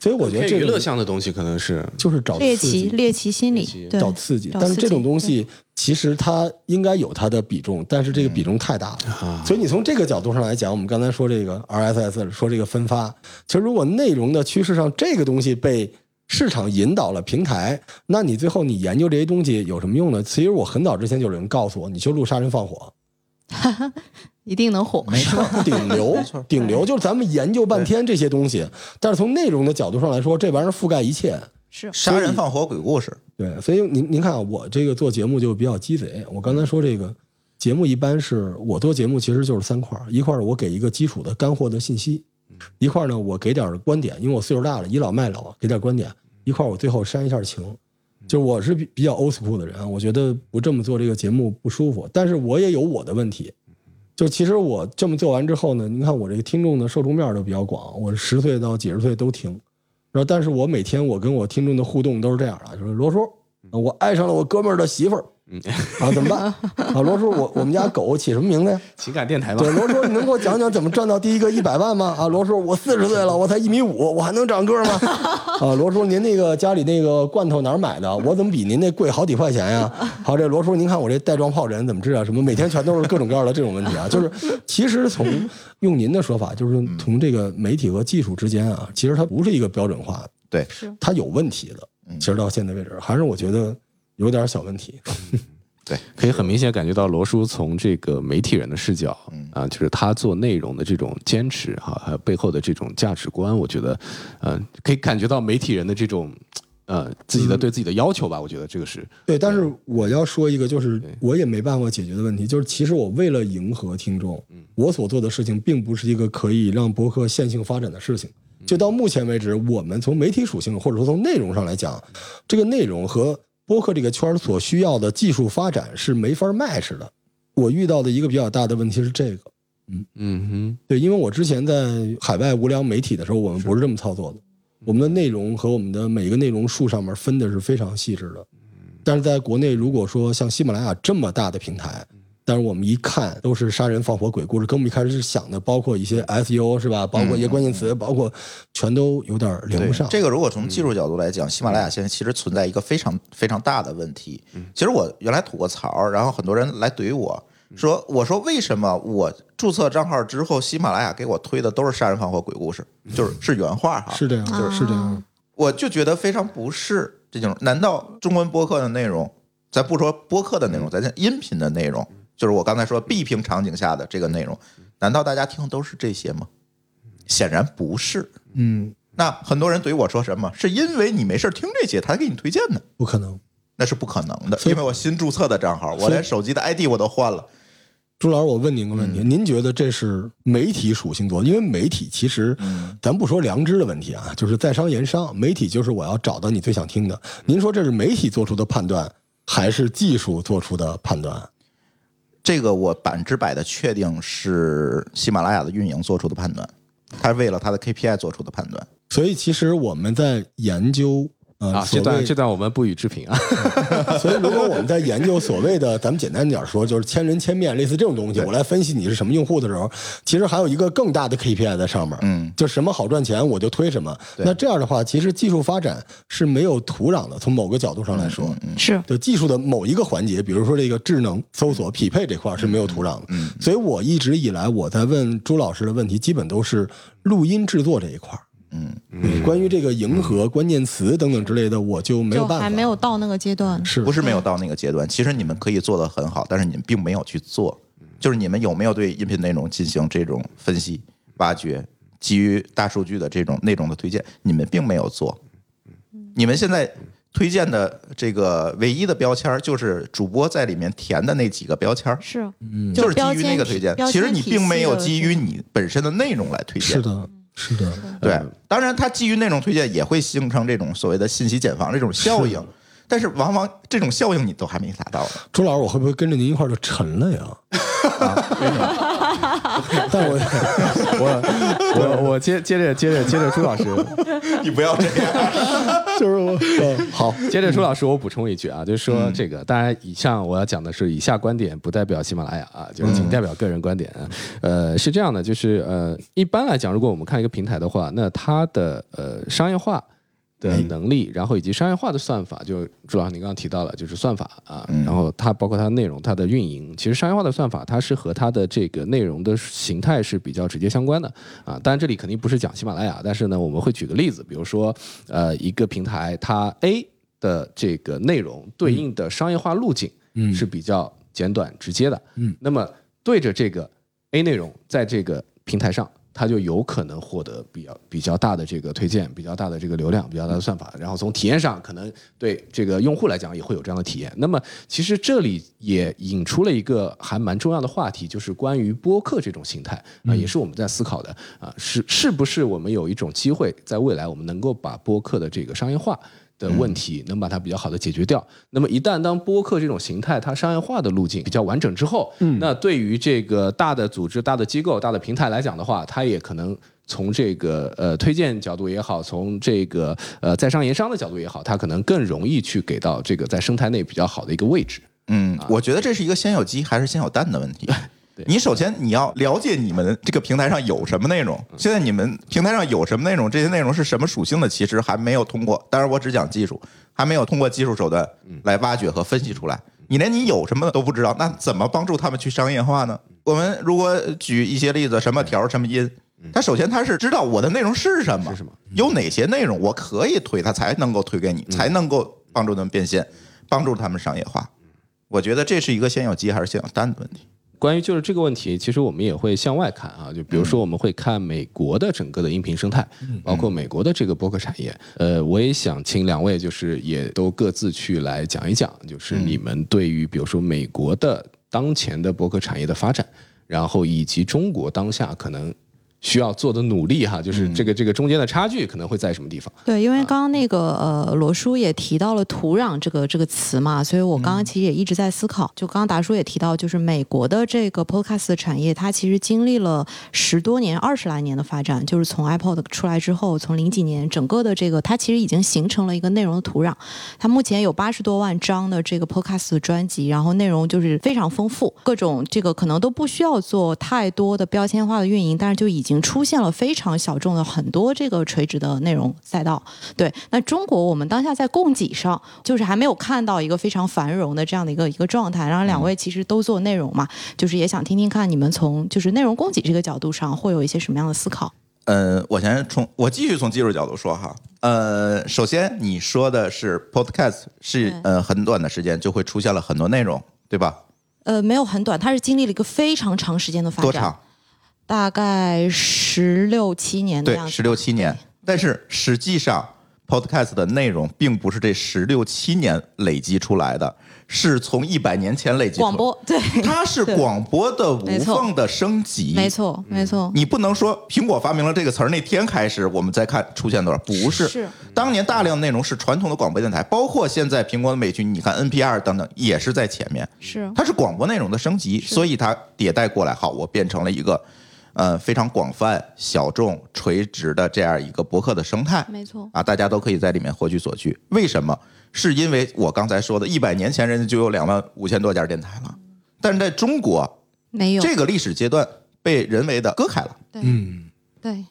所以我觉得这
偏娱乐
个
向的东西可能是
就是找
猎
刺
奇
激，
猎奇心理
猎奇，
对，
找刺激。
找
但是
刺
这种
激
东西其实它应该有它的比重，但是这个比重太大了。所以你从这个角度上来讲，我们刚才说这个 RSS 说这个分发，其实如果内容的趋势上这个东西被市场引导了平台，那你最后你研究这些东西有什么用呢？其实我很早之前就有人告诉我，你就录杀人放火，
一定能火。
没错，
顶流
没错，
顶流就是咱们研究半天这些东西，但是从内容的角度上来说，这玩意儿覆盖一切。
是
杀人放火鬼故事，
对，所以您您看啊，我这个做节目就比较鸡贼。我刚才说这个节目一般是我做节目其实就是三块儿，一块儿我给一个基础的干货的信息，一块儿呢我给点儿观点，因为我岁数大了，倚老卖老，啊给点儿观点，一块儿我最后煽一下情。就是我是比比较 old school 的人啊，我觉得不这么做这个节目不舒服，但是我也有我的问题。就其实我这么做完之后呢，您看我这个听众的受众面儿都比较广，我十岁到几十岁都听。然后，但是我每天我跟我听众的互动都是这样的，就是罗叔，我爱上了我哥们儿的媳妇儿，啊，怎么办？啊，罗叔，我我们家狗起什么名字呀？
情感电台嘛
对，，罗叔，你能给我讲讲怎么赚到第一个一百万吗？啊，罗叔，我四十岁了，我才一米五，我还能长个儿吗？啊，罗叔，您那个家里那个罐头哪儿买的？我怎么比您那贵好几块钱呀？好，这罗叔，您看我这带状疱疹怎么治啊？什么每天全都是各种各样的这种问题啊？就是其实从用您的说法，就是从这个媒体和技术之间啊，其实它不是一个标准化的，
对，
它有问题的。其实到现在为止，还是我觉得有点小问题。
可以很明显感觉到罗叔从这个媒体人的视角
嗯
啊，就是他做内容的这种坚持哈，还有背后的这种价值观，我觉得，呃，可以感觉到媒体人的这种，呃，自
嗯
己的对自己的要求吧，我觉得这个是，
对，但是我要说一个，就是我也没办法解决的问题，就是其实我为了迎合听众，我所做的事情并不是一个可以让博客线性发展的事情。就到目前为止，我们从媒体属性或者说从内容上来讲，这个内容和播客这个圈儿所需要的技术发展是没法 match 的。我遇到的一个比较大的问题是这个，
嗯哼，
对，因为我之前在海外无良媒体的时候，我们不是这么操作的。我们的内容和我们的每一个内容树上面分的是非常细致的。但是在国内，如果说像喜马拉雅这么大的平台，但是我们一看都是杀人放火鬼故事，跟我们一开始想的，包括一些 SEO 是吧？包括一些关键词，包括全都有点连
对
不上。嗯
这个如果从技术角度来讲，喜马拉雅现在其实存在一个非常非常大的问题。
嗯
其实我原来吐过槽，然后很多人来怼我说，我说为什么我注册账号之后，喜马拉雅给我推的都是杀人放火鬼故事，就是是原话哈，
是这样，
就是
是这样。
我就觉得非常不适。这种难道中文播客的内容，咱不说播客的内
嗯
容，咱讲音频的内容，就是我刚才说 B 屏场景下的这个内容，难道大家听的都是这些吗？显然不是。
嗯，
那很多人怼我说什么？是因为你没事儿听这些，他给你推荐的，
不可能。
那是不可能的。
所以
因为我新注册的账号，
所
我
以
连手机的 ID 我都换了。
朱老师，我问您个
嗯
问题，您觉得这是媒体属性多？因为媒体其实，
嗯
咱不说良知的问题啊，就是在商言商，媒体就是我要找到你最想听的。您说这是媒体做出的判断，还是技术做出的判断？
这个我百分之百的确定是喜马拉雅的运营做出的判断，他是为了他的 KPI 做出的判断。
所以其实我们在研究呃，
啊，
所
这段
谓
这段我们不予置评啊。
所以，如果我们在研究所谓的，咱们简单点说，就是千人千面，类似这种东西，我来分析你是什么用户的时候，其实还有一个更大的 KPI 在上面，
嗯，
就什么好赚钱我就推什么。那这样的话，其实技术发展是没有土壤的，从某个角度上来说，
嗯
是
就技术的某一个环节，比如说这个智能搜索匹配这块儿是没有土壤的。
嗯
所以我一直以来我在问朱老师的问题，基本都是录音制作这一块儿。
嗯，
关于这个迎合关键词等等之类的，我就没有
就
办法。
还没有到那个阶段。
是
不是没有到那个阶段？其实你们可以做得很好，但是你们并没有去做。
嗯
就是你们有没有对音频内容进行这种分析、
嗯
挖掘，基于大数据的这种内容的推荐，你们并没有做。
嗯
嗯你们现在推荐的这个唯一的标签儿就是主播在里面填的那几个标签儿，
是，
就
就是
基
嗯标
于
签
那个
体
推荐
标。
嗯其实
签
你
体
并
系
没有
的
基
这
于你本身的内容来推荐。
是的，嗯是的。
对，当然它基于内容推荐也会形成这种所谓的信息茧房这种效应，但是往往这种效应你都还没达到呢。
朱老师，我会不会跟着您一块儿就沉了呀？啊 但我
我我我接接着接着接着朱 老师，
你不要这样，
就是我、呃好，
接着朱老师，我补充一句啊，就是说这个，当然以上我要讲的是以下观点不代表喜马拉雅啊，就是仅代表个人观点。呃，是这样的，就是呃，一般来讲，如果我们看一个平台的话，那它的呃商业化。的能力，然后以及商业化的算法，就朱老师您刚刚提到了，就是算法啊，然后它包括它的内容、它的运营，其实商业化的算法它是和它的这个内容的形态是比较直接相关的啊。当然这里肯定不是讲喜马拉雅，但是呢，我们会举个例子，比如说呃一个平台它 A 的这个内容对应的商业化路径
嗯
是比较简短直接的，
嗯，
那么对着这个 A 内容，在这个平台上，它就有可能获得比较比较大的这个推荐，比较大的这个流量，比较大的算法。然后从体验上，可能对这个用户来讲也会有这样的体验。那么其实这里也引出了一个还蛮重要的话题，就是关于播客这种形态啊、
嗯
也是我们在思考的啊，是是不是我们有一种机会，在未来我们能够把播客的这个商业化。的问题能把它比较好的解决掉。那么一旦当播客这种形态它商业化的路径比较完整之后，那对于这个大的组织、大的机构、大的平台来讲的话，它也可能。从这个呃推荐角度也好，从这个呃在商言商的角度也好，它可能更容易去给到这个在生态内比较好的一个位置。
嗯，
啊
我觉得这是一个先有鸡还是先有蛋的问 题。你首先你要了解你们这个平台上有什么内容，
嗯
现在你们平台上有什么内容，这些内容是什么属性的，其实还没有通过。当然，我只讲技术，还没有通过技术手段
嗯
来挖掘和分析出来。你连你有什么都不知道，那怎么帮助他们去商业化呢？
嗯
我们如果举一些例子，什么条儿什么音，他首先他是知道我的内容是什么，
嗯是什么嗯
有哪些内容我可以推，他才能够推给你，才能够帮助他们变现，帮助他们商业化。我觉得这是一个先有鸡还是先有蛋的问题。
关于就是这个问题，其实我们也会向外看啊，就比如说我们会看美国的整个的音频生态，包括美国的这个播客产业。呃，我也想请两位就是也都各自去来讲一讲，就是你们对于比如说美国的当前的播客产业的发展，然后以及中国当下可能需要做的努力哈，就是这个这个中间的差距可能会在什么地方？
对，因为
啊
刚刚那个呃罗叔也提到了“土壤”这个这个词嘛，所以我
嗯
刚刚其实也一直在思考。就刚刚达叔也提到，就是美国的这个 podcast 的产业，它其实经历了十多年、二十来年的发展。就是从 iPod 出来之后，从零几年整个的这个，它其实已经形成了一个内容的土壤。它目前有八十多万张的这个 podcast 的专辑，然后内容就是非常丰富，各种这个可能都不需要做太多的标签化的运营，但是就已经出现了非常小众的很多这个垂直的内容赛道。对，那中国我们当下在供给上，就是还没有看到一个非常繁荣的这样的一个一个状态。然后
嗯
两位其实都做内容嘛，就是也想听听看你们从就是内容供给这个角度上会有一些什么样的思考。
呃，我先从我继续从技术角度说哈。呃，首先你说的是 podcast 是
对
呃很短的时间就会出现了很多内容，对吧？
呃，没有很短，它是经历了一个非常长时间的发
多
展
长，？
大概十六七年的
对
样，子。
十六七年。但是实际上 podcast 的内容并不是这十六七年累积出来的，是从一百年前累积出来
广，播对，
它是广播的无
没错
缝的升级，
没错没错，
你不能说苹果发明了这个词儿那天开始，我们再看出现多少，不是，
是
当年大量内容是传统的广播电台，包括现在苹果的美剧，你看 NPR 等等也是在前面，
是
它是广播内容的升级，所以它迭代过来，好，我变成了一个呃非常广泛、小众、垂直的这样一个博客的生态，
没错，
啊，大家都可以在里面获取所需。为什么？是因为我刚才说的，一百年前人家就有两万五千多家电台了，但是在中国
没有
这个历史阶段被人为的割开了。
对
嗯，
对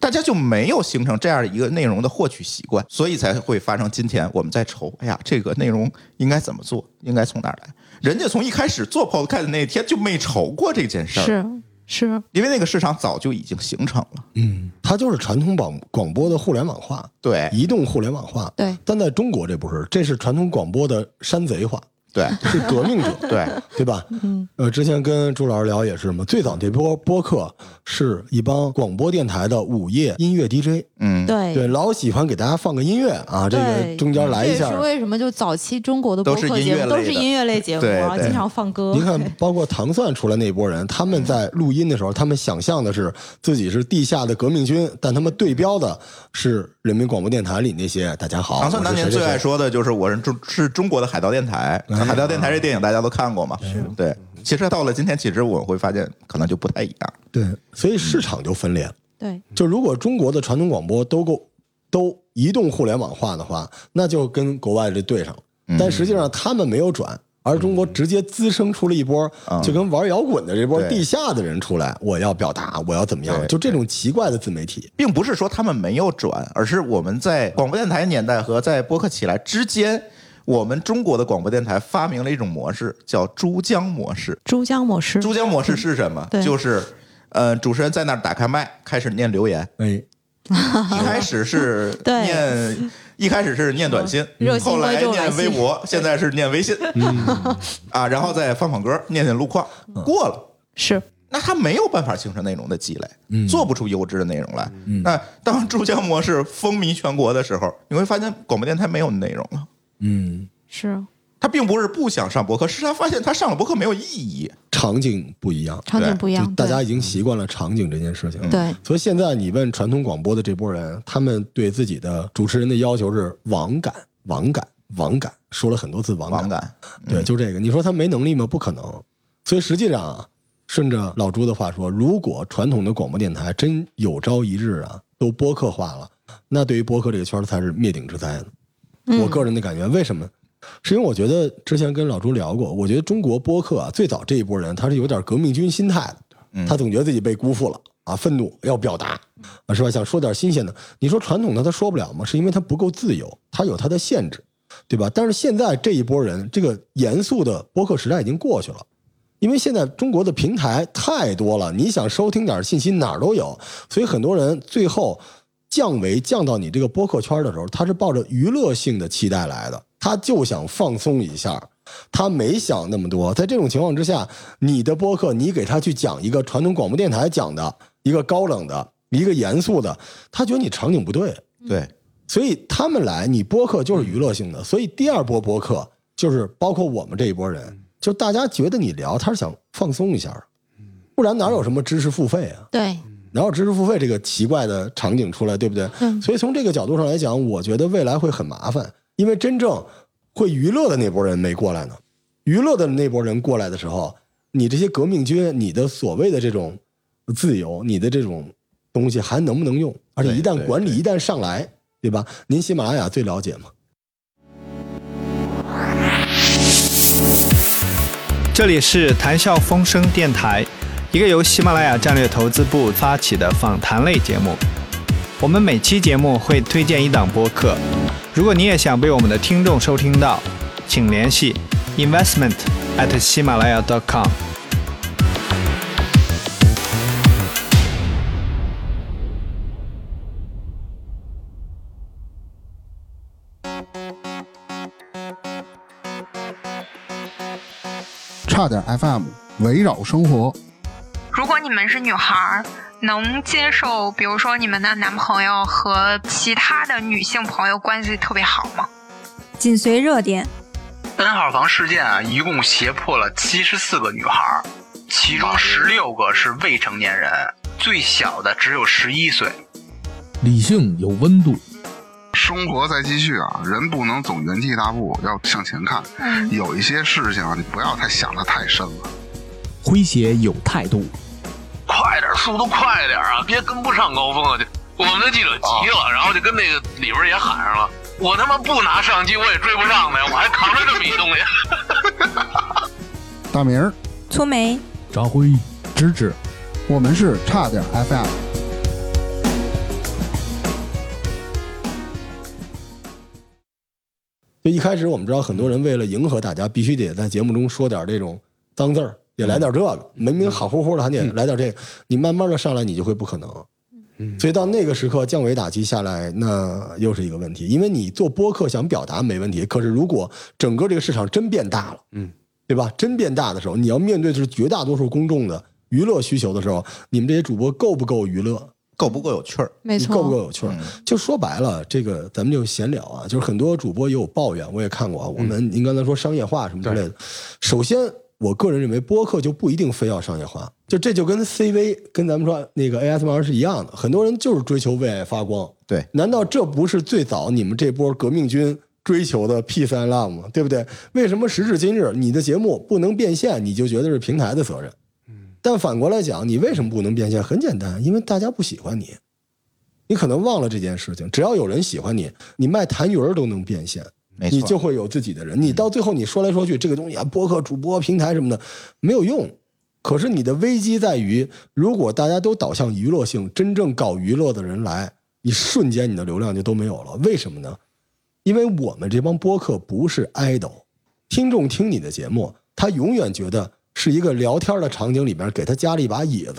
大家就没有形成这样一个内容的获取习惯，所以才会发生今天我们在愁，哎呀，这个内容应该怎么做，应该从哪儿来？人家从一开始做 podcast 那一天就没愁过这件事儿，
是是
因为那个市场早就已经形成了。
嗯，哎它就是传统广广播的互联网化，
对
移动互联网化。
对
但在中国这不是，这是传统广播的山贼化，
对
是革命者，
对，
对吧？嗯，呃，之前跟朱老师聊也是嘛，最早这波播客是一帮广播电台的午夜音乐 DJ，
嗯，
对，
对。
老喜欢给大家放个音乐啊，这个
哎对
中间来
这
一
也
下
是。为什么就早期中国的播
都是
客
音
节
乐
目都
类的
是音乐类节目，
对
然后
对
经常放歌。
你看，包括糖蒜出来那波人，他们在录音的时候，他们想象的是自己是地下的革命军，但他们对标的是人民广播电台里那些“大家好”。
唐僧当年
我是谁谁
最爱
谁
说的就是我是中是中国的海盗电台，海盗电台这电影大家都看过嘛？对，其实到了今天，其实我会发现可能就不太一样。
对，所以市场就分裂了。
对
就如果中国的传统广播都够都移动互联网化的话，那就跟国外这对上了。
嗯
但实际上他们没有转，而中国直接滋生出了一波，就跟玩摇滚的这波
嗯对
地下的人出来，我要表达，我要怎么样，
对
就这种奇怪的自媒体。
并不是说他们没有转，而是我们在广播电台年代和在播客起来之间，我们中国的广播电台发明了一种模式，叫珠江模式。
珠江模式，
珠江模式是什么？
对
就是，呃，主持人在那儿打开麦，开始念留 言。
哎，
一开始是
对嗯
念，一开始是念短信
热，心
后来
观众来
念
信嗯
微 博，现在是念微信，啊，然后再放放歌，念念路况，过了。
是
那他没有办法形成内容的积累，
嗯
做不出优质的内容来。那当珠江模式风靡全国的时候，你会发现广播电台没有内容了。
嗯，
是
他并不是不想上博客，是他发现他上了博客没有意义。
场景不一样，
场
对
景不一
就
样，
大
对
家已经习惯了场景这件事情。
对
所以现在你问传统广播的这波人，他们对自己的主持人的要求是网感、网感、网感，说了很多次网感。
网感，
对，就这个。你说他没能力吗？不可能。所以实际上啊，顺着老朱的话说，如果传统的广播电台真有朝一日啊都播客化了，那对于播客这个圈儿才是灭顶之灾呢。
嗯
我个人的感觉，为什么？是因为我觉得之前跟老朱聊过，我觉得中国播客啊，最早这一波人他是有点革命军心态的，他总觉得自己被辜负了啊，愤怒要表达啊，是吧？想说点新鲜的。你说传统的他说不了吗？是因为他不够自由，他有他的限制，对吧？但是现在这一波人，这个严肃的播客时代已经过去了。因为现在中国的平台太多了，你想收听点信息哪儿都有，所以很多人最后降维降到你这个播客圈的时候，他是抱着娱乐性的期待来的，他就想放松一下，他没想那么多。在这种情况之下，你的播客你给他去讲一个传统广播电台讲的一个高冷的、一个严肃的，他觉得你场景不对，
对，
所以他们来，你播客就是娱乐性的，所以第二波播客就是包括我们这一波人，就大家觉得你聊，他是想放松一下，不然哪有什么知识付费啊？
对
哪有知识付费这个奇怪的场景出来，对不对？
嗯
所以从这个角度上来讲，我觉得未来会很麻烦，因为真正会娱乐的那波人没过来呢。娱乐的那波人过来的时候，你这些革命军，你的所谓的这种自由，你的这种东西还能不能用？而且一旦
对
管理一旦上来，对吧？您喜马拉雅最了解嘛？
这里是谈笑风生电台，一个由喜马拉雅战略投资部发起的访谈类节目。我们每期节目会推荐一档播客，如果你也想被我们的听众收听到，请联系 investment at 喜马拉雅 .com。
差点 FM 围绕生活，如果你们是女孩儿，能接受，比如说你们的男朋友和其他的女性朋友关系特别好吗？
紧随热点，
n 号房事件啊，一共胁迫了七十四个女孩儿，其中十六个是未成年人，最小的只有十一岁。
理性有温度，
生活在继续啊，人不能总原地踏步，要向前看。
嗯
有一些事情啊，你不要太想的太深了。
诙谐有态度，
快点，速度快点啊！别跟不上高峰啊！就我们的记者急了，然后就跟那个里边也喊上了：“我他妈不拿相机我也追不上的，我还扛着这么一东西。
大明儿，
粗眉，
张辉，芝芝，
我们是差点 FM。
就一开始我们知道很多人为了迎合大家，必须得在节目中说点这种脏字儿，也来点这个，明明好乎乎的，还得来点这个。你慢慢的上来，你就会不可能。所以到那个时刻降维打击下来，那又是一个问题，因为你做播客想表达没问题，可是如果整个这个市场真变大了，
嗯，
对吧？真变大的时候，你要面对的是绝大多数公众的娱乐需求的时候，你们这些主播够不够娱乐？
够不够有趣儿？
没
你
错，
够不够有趣儿？就说白了，这个咱们就闲聊啊，就是很多主播也有抱怨，我也看过啊。我们您刚才说商业化什么之类的，首先我个人认为播客就不一定非要商业化，就这就跟 CV 跟咱们说那个 ASMR 是一样的，很多人就是追求为爱发光。
对，
难道这不是最早你们这波革命军追求的 peace and love 吗？对不对？为什么时至今日你的节目不能变现，你就觉得是平台的责任？但反过来讲，你为什么不能变现？很简单，因为大家不喜欢你。你可能忘了这件事情，只要有人喜欢你，你卖痰盂儿都能变现，
没错，
你就会有自己的人。你到最后你说来说去，这个东西啊，播客、主播、平台什么的没有用。可是你的危机在于，如果大家都导向娱乐性，真正搞娱乐的人来，你瞬间你的流量就都没有了。为什么呢？因为我们这帮播客不是 idol，听众听你的节目，他永远觉得是一个聊天的场景里面给他加了一把椅子，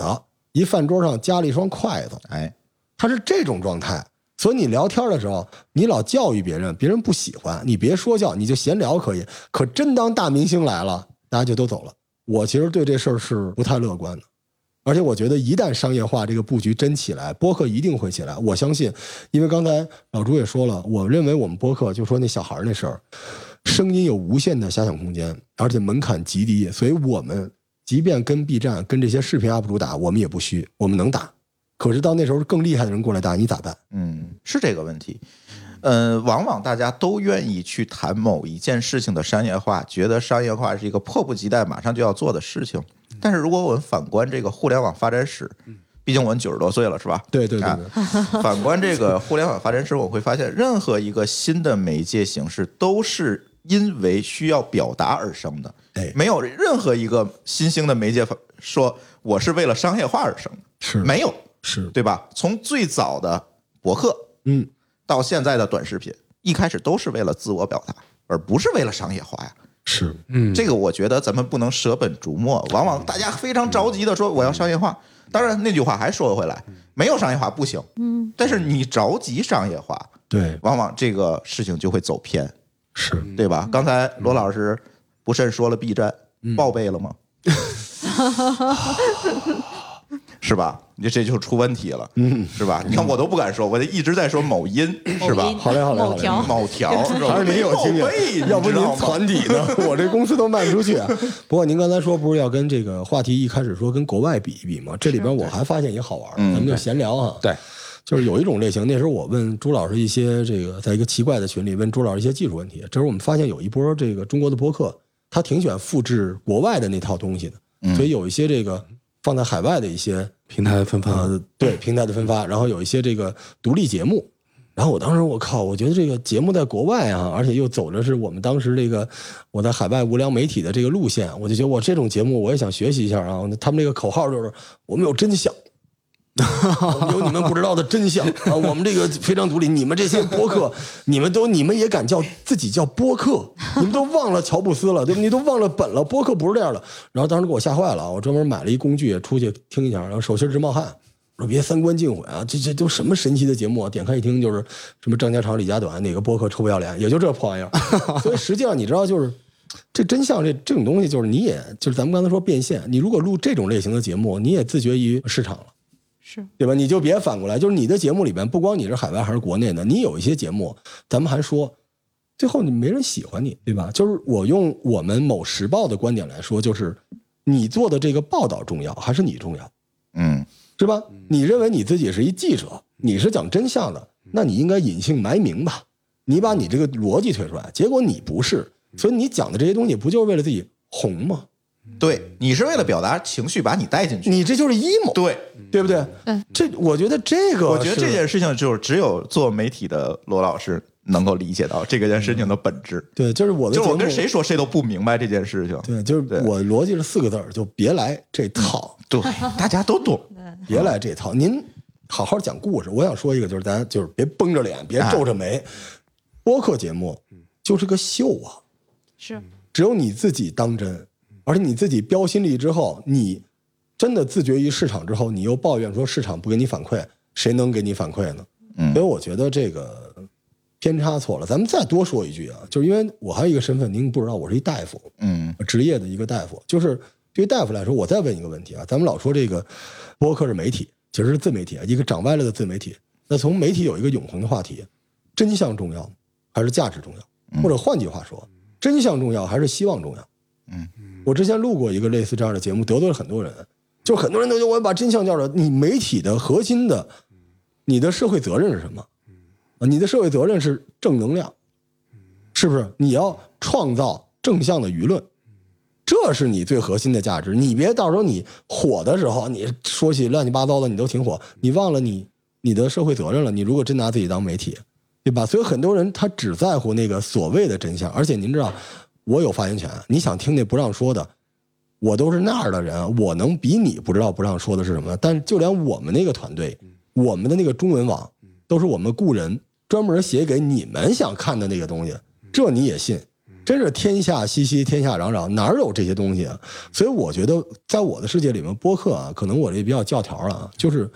一饭桌上加了一双筷子，
哎，
他是这种状态。所以你聊天的时候，你老教育别人，别人不喜欢，你别说教，你就闲聊可以。可真当大明星来了，大家就都走了。我其实对这事儿是不太乐观的，而且我觉得一旦商业化这个布局真起来，播客一定会起来。我相信，因为刚才老朱也说了，我认为我们播客就说那小孩儿那事儿，声音有无限的遐想空间，而且门槛极低，所以我们即便跟 B 站、跟这些视频 UP 主打，我们也不虚，我们能打。可是到那时候更厉害的人过来打，你咋办？
嗯，是这个问题。呃，往往大家都愿意去谈某一件事情的商业化，觉得商业化是一个迫不及待、马上就要做的事情。但是如果我们反观这个互联网发展史，毕竟我们九十多岁了，是吧？
对对对
啊
对，
反观这个互联网发展史，我会发现，任何一个新的媒介形式都是因为需要表达而生的
哎，
没有任何一个新兴的媒介发说我是为了商业化而生的，
是
没有，
是，
对吧？从最早的博客
嗯，
到现在的短视频，一开始都是为了自我表达，而不是为了商业化呀。
是
嗯，
这个我觉得咱们不能舍本逐末。往往大家非常着急的说我要商业化，当然那句话还说回来，
嗯
没有商业化不行。
嗯，
但是你着急商业化，
对，
往往这个事情就会走偏，
是
对吧？刚才罗老师不慎说了 B 站
嗯
报 备了吗？是吧？你这就出问题了，嗯，是吧？你看我都不敢说，我就一直在说某音，是吧？
好嘞好嘞好嘞
某条
某条，
还是您有经
报备
验，要不您
你知道吗
攒底呢？我这公司都卖不出去 啊。不过您刚才说不是要跟这个话题一开始说跟国外比一比吗？这里边我还发现一个好玩儿，
嗯
咱们就闲聊啊。
对，
就是有一种类型，那时候我问朱老师一些这个，在一个奇怪的群里问朱老师一些技术问题。这时候我们发现有一波这个中国的播客，他挺喜欢复制国外的那套东西的，
嗯
所以有一些这个放在海外的一些
平台分发，
呃，对平台的分发，然后有一些这个独立节目。然后我当时我靠，我觉得这个节目在国外啊，而且又走的是我们当时这个我在海外无良媒体的这个路线，我就觉得我这种节目我也想学习一下啊。他们这个口号就是我们有真相，我 们有你们不知道的真相啊！我们这个非常独立，你们这些播客，你们都你们也敢叫自己叫播客，你们都忘了乔布斯了，对不对？你都忘了本了，播客不是这样的。然后当时给我吓坏了啊，我专门买了一工具出去听一下，然后手心直冒汗。我说别三观尽毁啊！这这都什么神奇的节目啊！点开一听就是什么张家长、李家短，哪个播客臭不要脸，也就这破玩意儿。所以实际上你知道，就是这真相这这种东西，就是你也就是咱们刚才说变现，你如果录这种类型的节目，你也自绝于市场了，
是
对吧？你就别反过来，就是你的节目里边，不光你是海外还是国内的，你有一些节目，咱们还说，最后你没人喜欢你，对吧？就是我用我们某时报的观点来说，就是你做的这个报道重要还是你重要？
嗯，
是吧？你认为你自己是一记者，你是讲真相的，
嗯
那你应该隐姓埋名吧？你把你这个逻辑推出来，结果你不是，
嗯
所以你讲的这些东西不就是为了自己红吗？
对，你是为了表达情绪，把你带进去，
你这就是 emo，
对
对不对？
嗯，
这我觉得这个，
我觉得这件事情就是只有做媒体的罗老师能够理解到这个件事情的本质。
对，就是我的，
就是我跟谁说谁都不明白这件事情。
对，就是我逻辑是四个字儿，就别来这套。
对， 大家都懂，
别来这套。您好好讲故事。我想说一个，就是咱就是别绷着脸，别皱着眉。播客节目就是个秀啊，
是
只有你自己当真，而且你自己标新立之后，你真的自觉于市场之后，你又抱怨说市场不给你反馈，谁能给你反馈呢？
嗯
所以我觉得这个偏差错了。咱们再多说一句啊，就是因为我还有一个身份，您不知道，我是一大夫，
嗯，
职业的一个大夫。就是对于大夫来说，我再问一个问题啊，咱们老说这个播客是媒体，其实是自媒体啊，一个长歪了的自媒体。那从媒体有一个永恒的话题：真相重要吗还是价值重要？或者换句话说，真相重要还是希望重要？
嗯，
我之前录过一个类似这样的节目，得罪了很多人，就是很多人都觉得我要把真相叫出来。你媒体的核心的，你的社会责任是什么？啊，你的社会责任是正能量，是不是？你要创造正向的舆论，这是你最核心的价值。你别到时候你火的时候，你说起乱七八糟的，你都挺火，你忘了你你的社会责任了。你如果真拿自己当媒体，对吧？所以很多人他只在乎那个所谓的真相，而且您知道，我有发言权，你想听那不让说的。我都是那样的人，我能比你不知道不让说的是什么？但是就连我们那个团队，我们的那个中文网，都是我们雇人专门写给你们想看的那个东西，这你也信？真是天下熙熙，天下攘攘，哪有这些东西啊？所以我觉得，在我的世界里面，播客啊，可能我这比较教条了啊，就是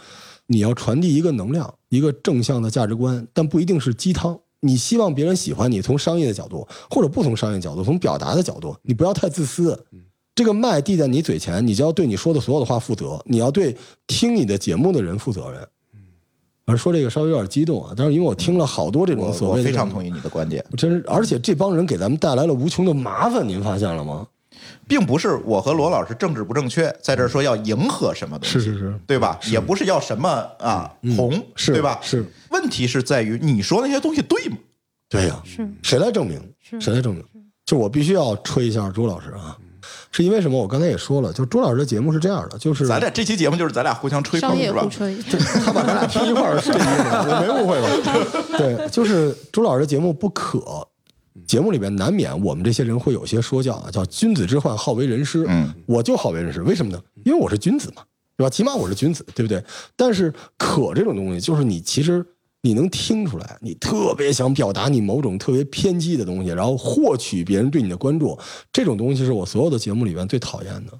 你要传递一个能量，一个正向的价值观，但不一定是鸡汤。你希望别人喜欢你，从商业的角度，或者不从商业角度，从表达的角度，你不要太自私。
嗯
这个麦递在你嘴前，你就要对你说的所有的话负责，你要对听你的节目的人负责任。
嗯
而说这个稍微有点激动啊，但是因为我听了好多这种
我
所
我
谓的
非常
这种
同意你的观点。
真是，而且这帮人给咱们带来了无穷的麻烦，您发现了吗？
并不是我和罗老师政治不正确，在这儿说要迎合什么东西，
是是，嗯
对吧？也不是要什么啊红，
是
对吧？
是。
问题是在于你说那些东西对吗？
对呀、
是
谁来证明？谁来证明？就我必须要吹一下朱老师啊，是因为什么？我刚才也说了，就朱老师的节目是这样的，就是
咱俩这期节目就是咱俩互相吹捧
商业
是吧
互？吹，
他把咱俩拼一块儿是这意思吗，我没误会吧？对，就是朱老师的节目不可，节目里边难免我们这些人会有些说教啊，叫君子之患好为人师。
嗯，
我就好为人师，为什么呢？因为我是君子嘛，对吧？起码我是君子，对不对？但是可这种东西，就是你其实你能听出来，你特别想表达你某种特别偏激的东西，然后获取别人对你的关注，这种东西是我所有的节目里边最讨厌的。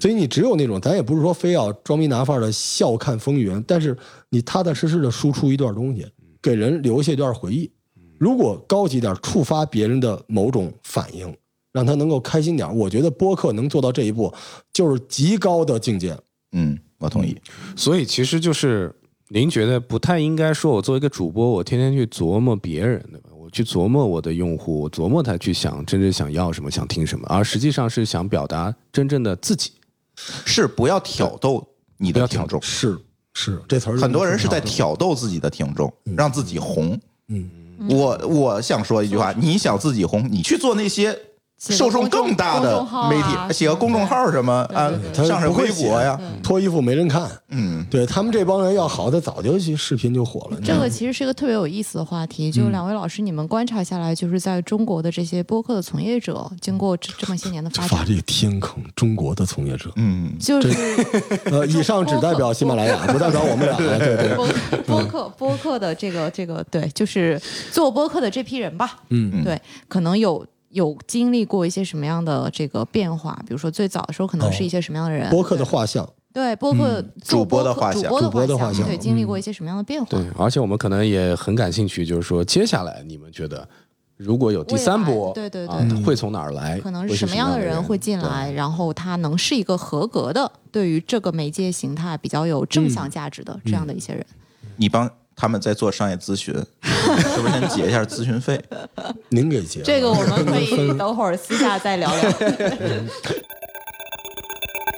所以你只有那种，咱也不是说非要装逼拿范儿的笑看风云，但是你踏踏实实的输出一段东
嗯
西，给人留下一段回忆。如果高级点儿，触发别人的某种反应，让他能够开心点儿，我觉得播客能做到这一步，就是极高的境界。
嗯，我同意。
所以其实就是您觉得不太应该说，我作为一个主播，我天天去琢磨别人，对吧？我去琢磨我的用户，我琢磨他去想真正想要什么，想听什么，而实际上是想表达真正的自己。
是不要挑逗你的听众，
是是，这词儿
很多人是在挑逗自己的听众，让自己红。
嗯，
我我想说一句话，你想自己红，你去做那些。
写个
受众更大
公
的
众号啊
媒
什么
体，
的
写个公众号什么啊
对对，
他
上上
不会
微博呀，
写，脱衣服没人看。
嗯，
对他们这帮人要好，他早就去视频就火了。
这个其实是一个特别有意思的话题，就两位老师，你们观察下来，就是在中国的这些播客的从业者，经过这这么些年的发
发
展，
这个天坑，中国的从业者。
嗯，
就是
呃，以上只代表喜马拉雅，不代表我们俩。啊 对对对，
播播客播客的这个这个对，就是做播客的这批人吧，
嗯
对，可能有有经历过一些什么样的这个变化，比如说最早的时候可能是一些什么样的人，
播客的画像，
对播客做
主播的
客
画
主
像
播的
主播的画像
对，经历过一些什么样的变化
对，，而且我们可能也很感兴趣，就是说接下来你们觉得如果有第三波，
未来对对对
啊它会从哪儿来？
可能
会是
什么样
的
的人哎会进来，然后他能是一个合格的，对于这个媒介形态比较有正向价值的、这样的一些人。
你帮他们在做商业咨 询，是不是先结一下咨询费？
您给结
这个我们可 以等会儿私下再聊聊。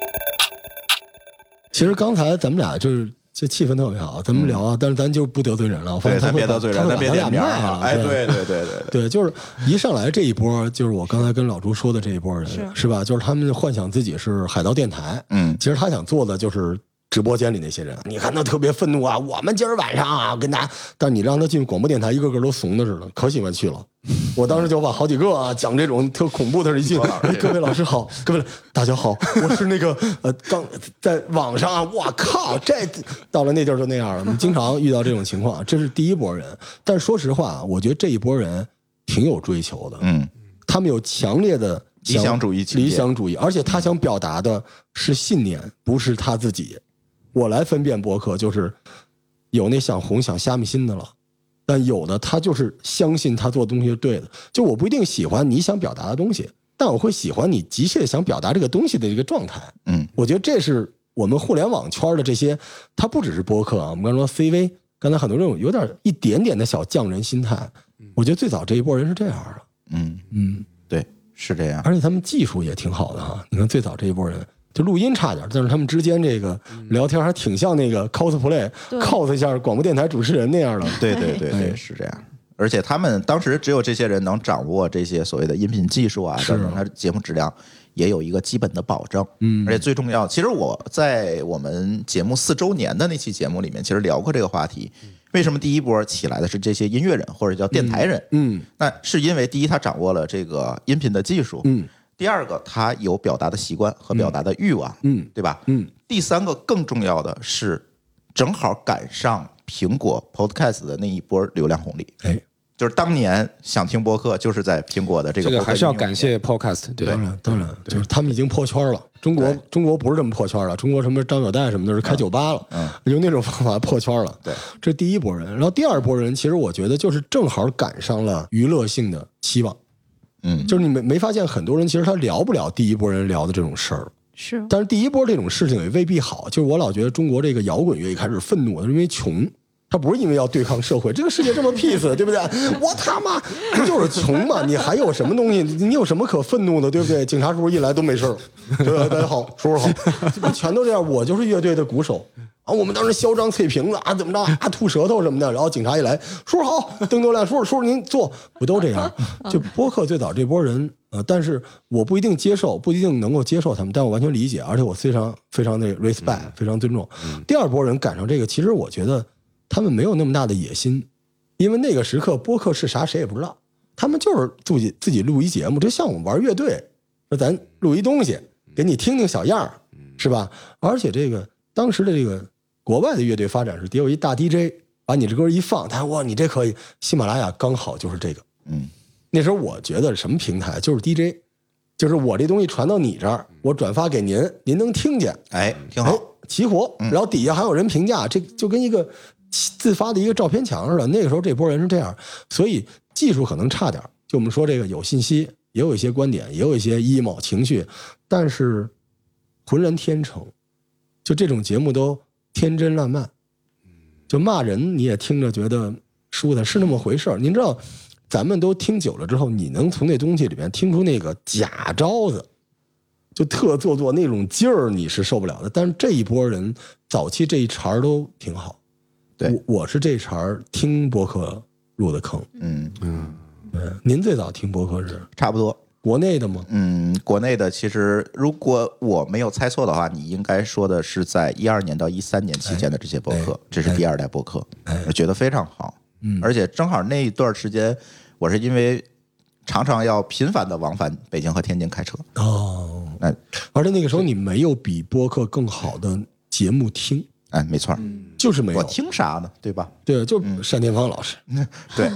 其实刚才咱们俩就是这气氛特别好，咱们聊
嗯
啊，但是咱就是不得罪人了，我发现
对，咱
会
别得罪人，
他会
咱
把
别
咱俩
点名
卖
啊
了！
哎，
对
对对对对
对，就是一上来这一波，就是我刚才跟老朱说的这一波人，
是
是吧？就是他们幻想自己是海盗电台，
嗯，
其实他想做的就是直播间里那些人。你看他特别愤怒啊，我们今儿晚上啊跟大家，但你让他进广播电台，一个个都怂的似的，可喜欢去了。我当时就把好几个啊讲这种特恐怖的人一进，各位老师好，各位大家好，我是那个呃刚在网上啊，我靠，这到了那地儿就那样了。我们经常遇到这种情况，这是第一波人。但说实话，啊我觉得这一波人挺有追求的，
嗯，
他们有强烈的
理想主义情节嗯
理想主义，而且他想表达的是信念，不是他自己。我来分辨博客，就是有那想红想虾米心的了，但有的他就是相信他做的东西是对的。就我不一定喜欢你想表达的东西，但我会喜欢你急切想表达这个东西的一个状态。
嗯，
我觉得这是我们互联网圈的这些，它不只是播客啊，我们刚说 CV，刚才很多人有有点一点点的小匠人心态。我觉得最早这一波人是这样的，
嗯
嗯，
对，是这样。
而且他们技术也挺好的哈。你看最早这一波人，就录音差点，但是他们之间这个聊天还挺像那个 cosplay，cos
对
一下广播电台主持人那样的。
对对对
哎
对，是这样。而且他们当时只有这些人能掌握这些所谓的音频技术啊，等等，他节目质量也有一个基本的保证。
嗯
而且最重要，其实我在我们节目四周年的那期节目里面，其实聊过这个话题。
嗯
为什么第一波起来的是这些音乐人或者叫电台人？
嗯，
那是因为第一，他掌握了这个音频的技术；
嗯，
第二个，他有表达的习惯和表达的欲望，
嗯，
对吧？
嗯，
第三个更重要的是，正好赶上苹果 Podcast 的那一波流量红利。
哎，
就是当年想听播客，就是在苹果的这个
这个
播客
还是要
应用
感谢 Podcast，对吧
当然，当然，就是他们已经破圈了。中国中国不是这么破圈了，中国什么张小戴什么的是开酒吧了，用那种方法破圈了。
对，
这第一波人，然后第二波人，其实我觉得就是正好赶上了娱乐性的期望。
嗯，
就是你没没发现很多人其实他聊不了第一波人聊的这种事儿，
是，
但是第一波这种事情也未必好。就是我老觉得中国这个摇滚乐一开始愤怒，是因为穷。他不是因为要对抗社会，这个世界这么 peace，对不对？ 我他妈 不就是穷嘛？你还有什么东西？你有什么可愤怒的，对不对？警察叔叔一来都没事儿，对吧？大家好，叔叔好，这不全都这样？我就是乐队的鼓手啊！我们当时嚣张碎瓶子啊，怎么着啊，吐舌头什么的。然后警察一来，叔叔好，灯都亮，叔叔叔叔您坐，不都这样？就播客最早这波人呃，但是我不一定接受，不一定能够接受他们，但我完全理解，而且我非常非常的 respect，、非常尊重。第二波人赶上这个，其实我觉得他们没有那么大的野心，因为那个时刻播客是啥谁也不知道，他们就是自己自己录一节目，就像我们玩乐队，说咱录一东西给你听听小样儿，是吧？而且这个当时的这个国外的乐队发展是，得有一大 DJ 把你这歌一放，他说哇你这可以，喜马拉雅刚好就是这个，
嗯，
那时候我觉得什么平台就是 DJ，就是我这东西传到你这儿，我转发给您，您能听见，
哎，
嗯
挺好，
齐活。然后底下还有人评价，这就跟一个自发的一个照片墙似的。那个时候这波人是这样，所以技术可能差点儿。就我们说这个有信息，也有一些观点，也有一些 emo 情绪，但是浑然天成，就这种节目都天真烂漫，就骂人你也听着觉得舒坦，是那么回事儿。您知道，咱们都听久了之后，你能从那东西里面听出那个假招子，就特做作那种劲儿，你是受不了的。但是这一波人，早期这一茬儿都挺好。
对
我，我是这茬儿听播客入的坑。
嗯
嗯，您最早听播客是
差不多。
国内的吗？
嗯，国内的其实，如果我没有猜错的话，你应该说的是在一二年到一三年期间的这些播
哎
客，这是第二代播客，我觉得非常好。
嗯
而且正好那一段时间，我是因为常常要频繁的往返北京和天津开车，
哦，
哎，
而且那个时候你没有比播客更好的节目听，
哎，没错，
嗯
就是没有。
我听啥呢？对吧？
对，就单田芳老师，
对，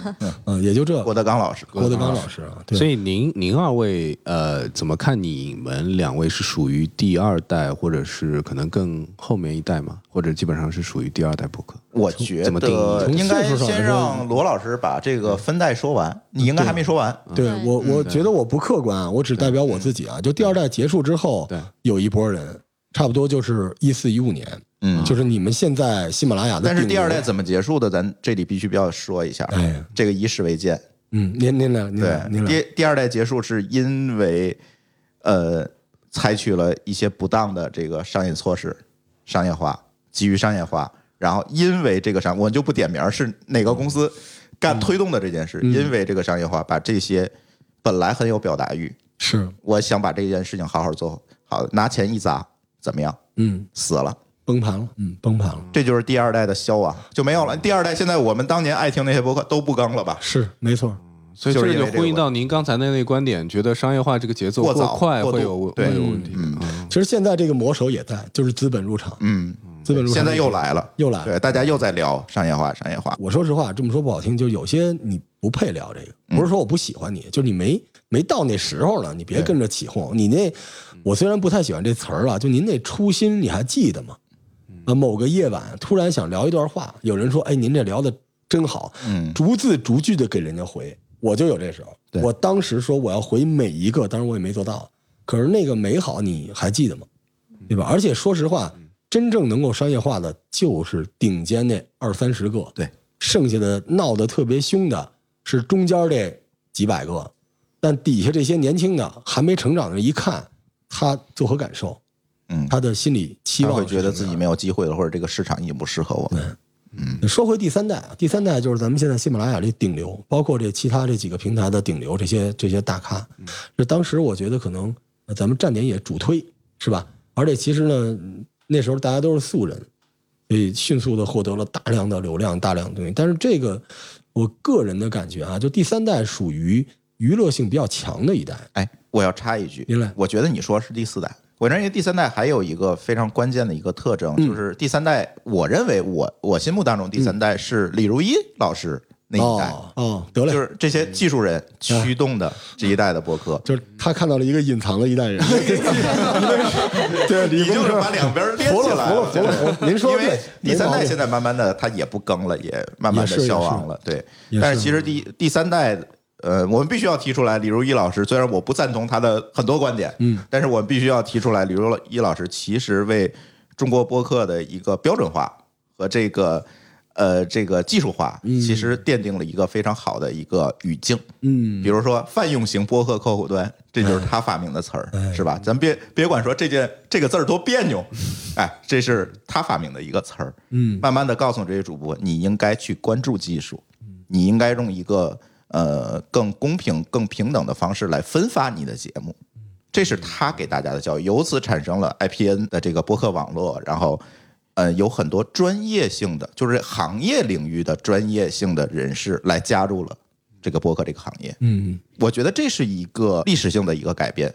嗯，也就这。
郭德纲老师，
嗯郭德纲老师啊，对
所以您您二位呃，怎么看？你们两位是属于第二代，或者是可能更后面一代吗？或者基本上是属于第二代博客？
我觉
怎么定义
得应该
从岁数上来
先
说嗯
让罗老师把这个分代说完，你应该还没说完。
对我，
嗯
我觉得我不客观啊，我只代表我自己啊。就第二代结束之后，有一波人，差不多就是一四一五年，
嗯
就是你们现在喜马拉雅的。
但是第二代，怎么结束的，咱这里必须要说一下，
哎
这个以史为鉴。
嗯，您您来，您
对
来，您，来，
第第二代结束是因为呃，采取了一些不当的这个商业措施，商业化，基于商业化，然后因为这个商，我就不点名儿是哪个公司干推动的这件事，
嗯
因为这个商业化，把这些本来很有表达欲，
是，
我想把这件事情好好做好，拿钱一砸，怎么样？
嗯，
死了。
崩盘了，嗯，崩盘了，
这就是第二代的消亡，就没有了。第二代现在我们当年爱听那些播客都不更了吧？
是没错。
所以
就
这
是因
就
为这个
呼应到您刚才的那个观点，觉得商业化这个节奏
过早
快
过度
会有
对
会有问题。
其实现在这个魔手也在，就是资本入场，
嗯，
资本入场
现在又来了，
又来了。
对，大家又在聊商业化，商业化。
我说实话，这么说不好听，就有些你不配聊这个，不是说我不喜欢你，就是你没没到那时候呢，你别跟着起哄。你那，我虽然不太喜欢这词儿了，就您那初心你还记得吗？啊，某个夜晚突然想聊一段话，有人说：“哎，您这聊的真好。”
嗯
逐字逐句的给人家回，我就有这时候。
对
我当时说我要回每一个，当然我也没做到，可是那个美好你还记得吗？对吧？而且说实话，
嗯
真正能够商业化的就是顶尖那二三十个，
对，
剩下的闹得特别凶的是中间这几百个，但底下这些年轻的还没成长的，一看他作何感受？
嗯
他的心理期
他
望
会
是
觉得
什
自
么样
己没有机会了，或者这个市场已经不适合我。
说回第三代啊，第三代就是咱们现在喜马拉雅这顶流，包括这其他这几个平台的顶流，这些这些大咖。这当时我觉得可能呃咱们站点也主推是吧？而且其实呢，嗯那时候大家都是素人，所以迅速的获得了大量的流量、大量的东西。但是这个我个人的感觉啊，就第三代属于娱乐性比较强的一代。
哎，我要插一句
您来，
我觉得你说是第四代，我认为第三代还有一个非常关键的一个特征，就是第三代，我认为我我心目当中第三代是李如一老师那一代，
哦哦，得嘞，
就
就是
是这些技术人
嗯
驱动的这一代的博
啊
客。
他看到了一个隐藏的一代 人，
嗯
对，
你
李
就
工
是
科
把两边儿连起
服
来
了服了服了您说
因
的对
为第三
没毛
代
病
现在慢慢的它也不更了，也慢慢
也
的
是
消
也是
亡了。对
也，
但是
是
其实第第三代，呃，我们必须要提出来，李如一老师虽然我不赞同他的很多观点，
嗯，
但是我们必须要提出来，李如一老师其实为中国播客的一个标准化和这个呃这个技术化，其实奠定了一个非常好的一个语境。
嗯
比如说泛用型播客客户端，这就是他发明的词
哎
儿，是吧？咱别别管说这件这个字儿多别扭，哎，这是他发明的一个词儿。
嗯
慢慢的告诉这些主播，你应该去关注技术，
嗯
你应该用一个呃更公平、更平等的方式来分发你的节目，
嗯
这是他给大家的教育，由此产生了 IPN 的这个播客网络，然后。呃，有很多专业性的，就是行业领域的专业性的人士来加入了这个播客这个行业。
嗯
我觉得这是一个历史性的一个改变。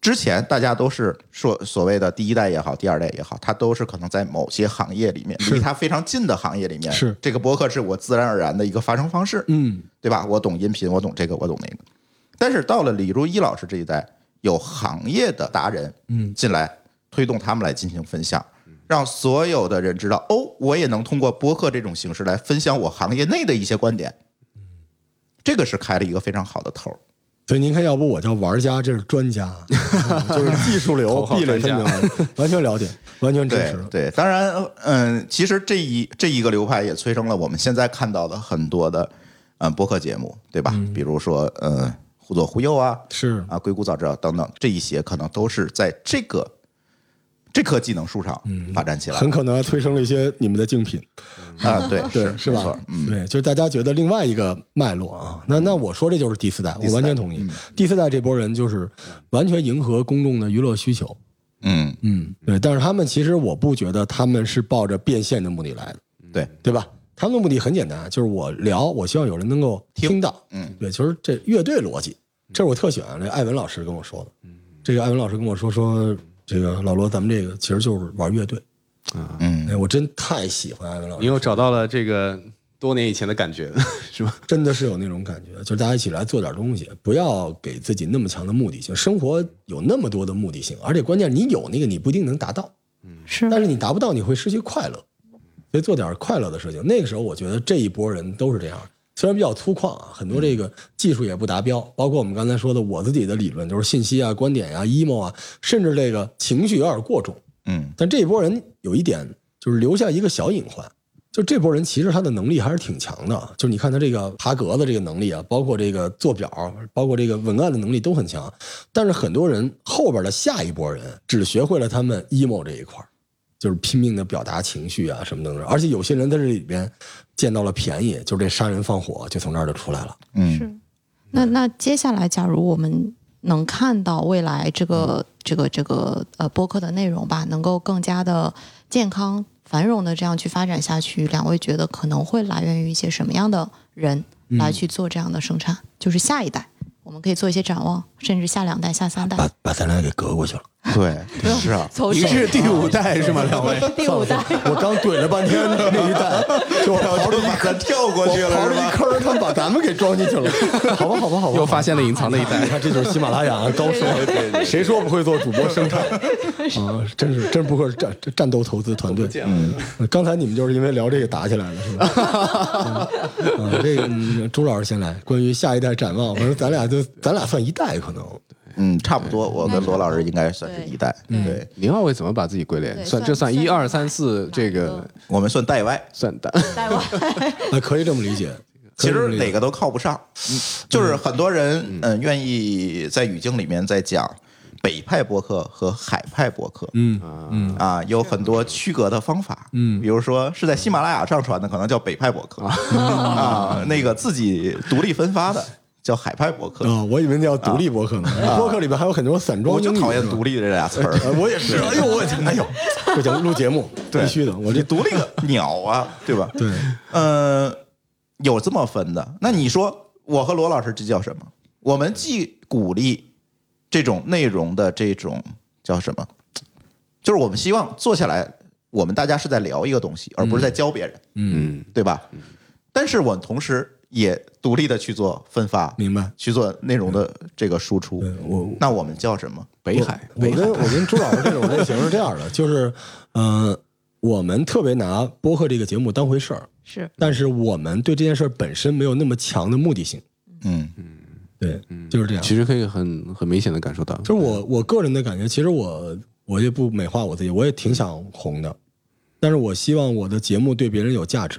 之前大家都是说所谓的第一代也好，第二代也好，它都是可能在某些行业里面，
是
离它非常近的行业里面，
是
这个博客是我自然而然的一个发生方式，
嗯
对吧？我懂音频，我懂这个，我懂那个。但是到了李如一老师这一代，有行业的达人
嗯
进来，推动他们来进行分享，让所有的人知道，哦，我也能通过播客这种形式来分享我行业内的一些观点。这个是开了一个非常好的头儿。
所以您看，要不我叫玩家，这是专家，就是技术流
头号
壁垒
专
分
家
明，完全了解，完全支
对
持。
对，当然，嗯，其实这一这一个流派也催生了我们现在看到的很多的，嗯，播客节目，对吧？比如说，嗯，忽左忽右啊，
是
啊，硅谷早知道等等，这一些可能都是在这个这棵技能树上
嗯
发展起来的
很可能还催生了一些你们的竞品，
啊，对，
对，是
没
吧
错？嗯，
对，就是大家觉得另外一个脉络啊，那那我说这就是第四代，我
四代
完全同意。第四代这波人就是完全迎合公众的娱乐需求，
嗯，
嗯，对。但是他们其实我不觉得他们是抱着变现的目的来的，
对，
对吧？他们的目的很简单，啊就是我聊，我希望有人能够听到。
嗯，
对，就是这乐队逻辑，这是我特喜欢这艾文老师跟我说的。这个艾文老师跟我说说，这个老罗，咱们这个其实就是玩乐队，
嗯，
哎，我真太喜欢艾文老师，
你又找到了这个多年以前的感觉，是吧？
真的是有那种感觉，就是大家一起来做点东西，不要给自己那么强的目的性。生活有那么多的目的性，而且关键你有那个，你不一定能达到。
嗯，
是。
但是你达不到，你会失去快乐，所以做点快乐的事情。那个时候，我觉得这一波人都是这样的，虽然比较粗犷啊，很多这个技术也不达标，包括我们刚才说的，我自己的理论就是信息啊、观点呀、emo 啊，甚至这个情绪有点过重。
嗯，
但这一波人有一点就是留下一个小隐患，就这波人其实他的能力还是挺强的，就是你看他这个爬格子这个能力啊，包括这个做表，包括这个文案的能力都很强，但是很多人后边的下一波人只学会了他们 emo 这一块儿就是拼命的表达情绪啊什么等等，而且有些人在这里边见到了便宜，就是这杀人放火就从这儿就出来了。
嗯，
那那接下来，假如我们能看到未来这个、这个这个呃播客的内容吧，能够更加的健康繁荣的这样去发展下去，两位觉得可能会来源于一些什么样的人
嗯
来去做这样的生产？就是下一代，我们可以做一些展望，甚至下两代、下三代。
把把咱俩给隔过去了，
对，是 啊，
从
您
这
是第五代是吗？两位，
第五代，
我刚怼了半天那一代，就我刨出一
咱跳过去
刨
了
了一
是吧？
坑，他们把咱们给装进去了。 好吧，好吧，好吧，
又发现了隐藏的一代
你看，这就是喜马拉雅啊高手，谁说不会做主播生 态啊？真是真不愧是战战斗投资团队。
嗯
嗯刚才你们就是因为聊这个打起来了，是 吧？嗯啊，这个嗯朱老师先来，关于下一代展望，反正咱俩就咱俩算一代可能。
嗯，差不多，我跟罗老师应该算是一代，嗯
嗯
对
对
林二位怎么把自己归类
对？
算
算
这算一
算
二三四，这个
我们算代外，
算的。
代外，
啊，可以这么理解。
其
可以这么
实
理解嗯
哪个都靠不上，就是很多人嗯、呃愿意在语境里面在讲北派播客和海派播客，
嗯
嗯
啊，有很多区隔的方法，
嗯
比如说是在喜马拉雅上传的，可能叫北派博客啊，那个自己独立分发的叫海派博客。
啊，我以为那叫独立播客呢，播客里边还有很多散装
我
英
就
语
讨厌
是吧
“独立”这俩词 儿，
呃我也是，哎呦，我哎 呦，不行，录节目必须的，我
你
这
独立 个鸟啊，对吧？
对，
呃，有这么分的。那你说我和罗老师这叫什么？我们既鼓励这种内容的这种叫什么？就是我们希望坐下来，我们大家是在聊一个东西，而不是在教别人，
嗯，
对吧？但是我们同时也独立的去做分发，
明白。
去做内容的这个输出
对。我
那我们叫什么？
北海，
我
北海
跟我跟朱老师这种类型是这样的，就是，嗯、我们特别拿播客这个节目当回事儿，
是
但是我们对这件事儿本身没有那么强的目的性，
嗯
对，就是这样。
其实可以很很明显的感受到，
就是我我个人的感觉，其实我我也不美化我自己，我也挺想红的，但是我希望我的节目对别人有价值，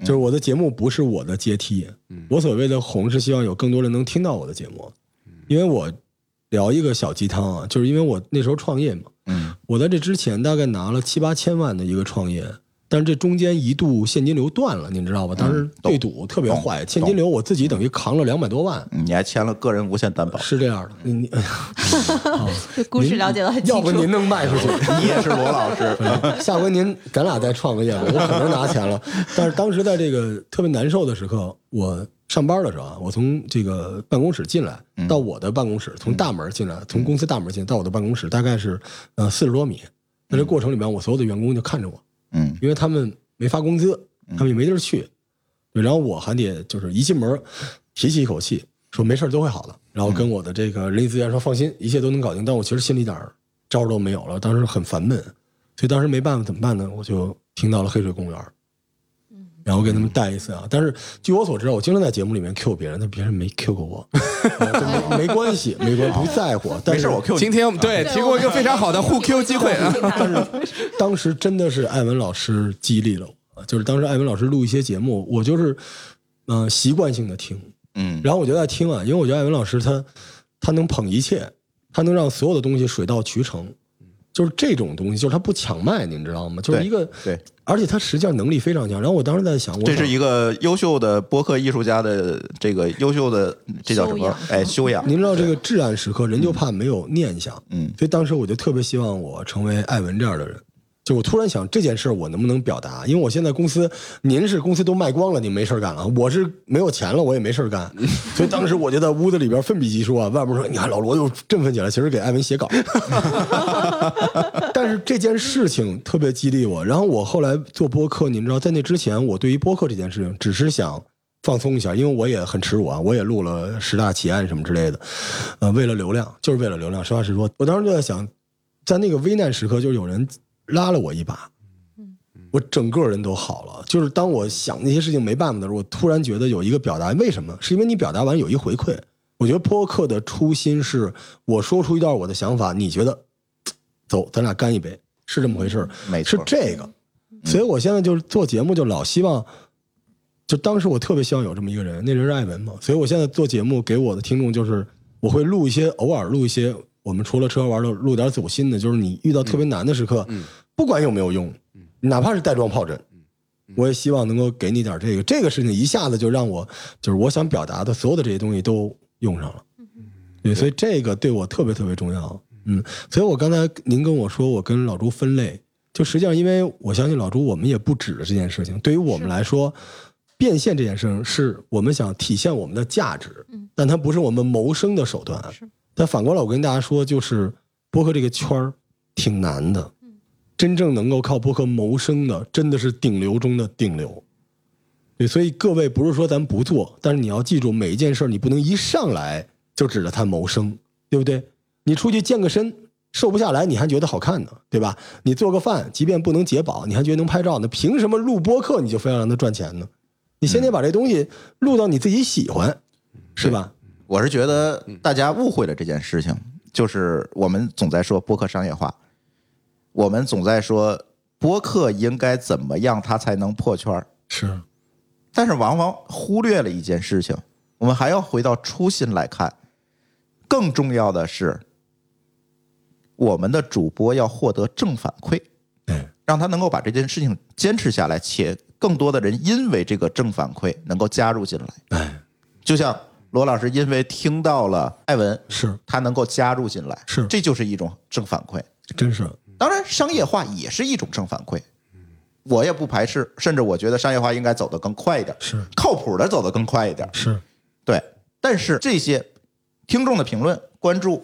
嗯
就是我的节目不是我的阶梯，我所谓的红是希望有更多人能听到我的节目，
嗯
因为我聊一个小鸡汤啊，就是因为我那时候创业嘛，
嗯
我在这之前大概拿了七八千万的一个创业，但是这中间一度现金流断了，你知道吧？当时对赌特别坏，
嗯懂
现金流我自己等于扛了两百多万，
嗯，你还签了个人无限担保，
是这样的。你你
这故事了解的很清楚。
要不您能卖出去？啊
你也是罗老师。
下回您咱俩再创个业吧，我可能拿钱了。但是当时在这个特别难受的时刻，我上班的时候啊，我从这个办公室进来，到我的办公室，从大门进来，从公司大门进来到我的办公室，大概是呃四十多米。在这过程里面，我所有的员工就看着我，
嗯
因为他们没发工资，他们也没地儿去。对，然后我还得就是一进门提起一口气，说没事儿都会好的。然后
嗯
跟我的这个人力资源说放心，一切都能搞定。但我其实心里一点儿招儿都没有了，当时很烦闷，所以当时没办法怎么办呢？我就听到了黑水公园儿，然后给他们带一次啊。但是据我所知，我经常在节目里面 Q 别人，但别人没 Q 过 我，啊没没关系，没关系，不在乎。啊但
没
是
事，我 Q 你。
今天我们对提供一个非常好的互 Q 机会啊，
当时真的是艾文老师激励了我，就是当时艾文老师录一些节目，我就是嗯、呃习惯性的听，
嗯
然后我就在听啊，因为我觉得艾文老师他他能捧一切，他能让所有的东西水到渠成，就是这种东西，就是他不抢麦，你知道吗？就是一个
对对，
而且他实际上能力非常强。然后我当时在想，我
这是
想
一个优秀的播客艺术家的这个优秀的这叫什
修
么
养？
哎，修养。
您知道这个至暗时刻，人就怕没有念想，
嗯
所以当时我就特别希望我成为艾文这样的人。就我突然想这件事儿我能不能表达？因为我现在公司，您是公司都卖光了，你没事儿干了；啊我是没有钱了，我也没事儿干。所以当时我就在屋子里边 奋笔疾书啊，外边说：“你看老罗又振奋起来，其实给艾文写稿。”但是这件事情特别激励我。然后我后来做播客，你们知道，在那之前，我对于播客这件事情只是想放松一下，因为我也很耻辱啊，我也录了十大奇案什么之类的，呃，为了流量，就是为了流量。实话实说，我当时就在想，在那个危难时刻，就是有人拉了我一把，我整个人都好了。就是当我想那些事情没办法的时候，我突然觉得有一个表达，为什么？是因为你表达完有一回馈。我觉得播客的初心是我说出一段我的想法，你觉得，走，咱俩干一杯，是这么回事儿，
没
是
错嗯
这个。所以我现在就是做节目，就老希望，就当时我特别希望有这么一个人，那人是艾文嘛。所以我现在做节目给我的听众就是，我会录一些，偶尔录一些，我们除了吃喝玩乐，录点走心的，就是你遇到特别
嗯
难的时刻，不管有没有用，哪怕是带状疱疹。我也希望能够给你点这个，这个事情一下子就让我，就是我想表达的所有的这些东西都用上了，对，所以这个对我特别特别重要，嗯，所以我刚才您跟我说我跟老朱分类，就实际上因为我相信老朱，我们也不止这件事情，对于我们来说，变现这件事情是我们想体现我们的价值，但它不是我们谋生的手段，但反过来我跟大家说，就是播客这个圈儿挺难的，真正能够靠播客谋生的，真的是顶流中的顶流。对，所以各位不是说咱不做，但是你要记住，每一件事儿你不能一上来就指着它谋生，对不对？你出去健个身，瘦不下来，你还觉得好看呢，对吧？你做个饭，即便不能解饱，你还觉得能拍照呢，凭什么录播客你就非要让它赚钱呢？你先得把这东西录到你自己喜欢，是吧？
我是觉得
嗯
大家误会了这件事情，就是我们总在说播客商业化，我们总在说播客应该怎么样它才能破圈儿
是，
但是往往忽略了一件事情，我们还要回到初心来看。更重要的是，我们的主播要获得正反馈，让他能够把这件事情坚持下来，且更多的人因为这个正反馈能够加入进来。就像罗老师因为听到了艾文，
是
他能够加入进来，
是
这就是一种正反馈。
真是
当然，商业化也是一种正反馈，我也不排斥，甚至我觉得商业化应该走得更快一点，
是
靠谱的走得更快一点，
是
对。但是这些听众的评论、关注、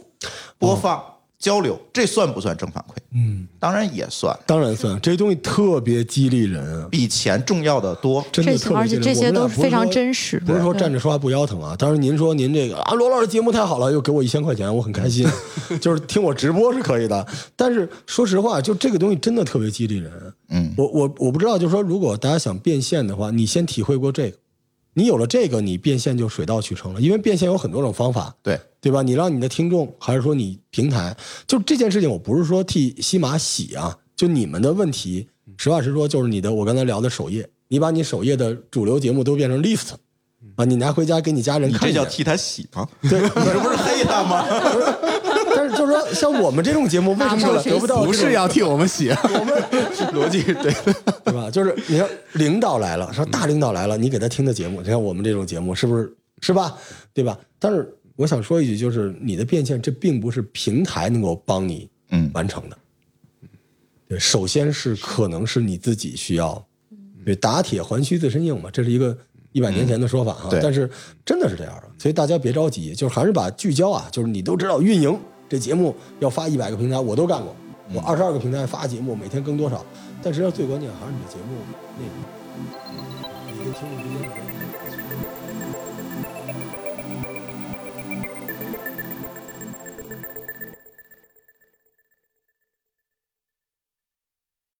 播放、交流，这算不算正反馈？
嗯，
当然也算，
当然算，这些东西特别激励人，啊
比钱重要的多，
真的
这
特别
而且
激励人
这些
我们俩
都是
不
非常
说
真实的
不是说
对
站着说话不腰疼啊。当然您说您这个啊，罗老师节目太好了，又给我一千块钱，我很开 心。就是听我直播是可以的，但是说实话，就这个东西真的特别激励人。
嗯，
我我我不知道，就是说如果大家想变现的话，你先体会过这个，你有了这个，你变现就水到渠成了。因为变现有很多种方法，
对
对吧？你让你的听众，还是说你平台，就这件事情，我不是说替西马洗啊，就你们的问题，实话实说，就是你的我刚才聊的首页，你把你首页的主流节目都变成 list 啊，你拿回家给你家人
嗯你
看
这
一下。
叫替他洗吗？
对，你
这不是黑他吗？
但是就是说，像我们这种节目，为什么得不到这种？
不是要替我们洗，啊 我
们
逻辑对
对吧？就是你看领导来了，说大领导来了，你给他听的节目，你看我们这种节目是不是是吧？对吧？但是我想说一句，就是你的变现，这并不是平台能够帮你
嗯
完成的。对，首先是可能是你自己需要，对，打铁还需自身硬嘛，这是一个一百年前的说法哈、
对
但是真的是这样的，所以大家别着急，就是还是把聚焦啊，就是你都知道运营这节目要发一百个平台，我都干过，我二十二个平台发节目，每天更多少，但实际上最关键还是你的节目内容。你跟听众之间的关系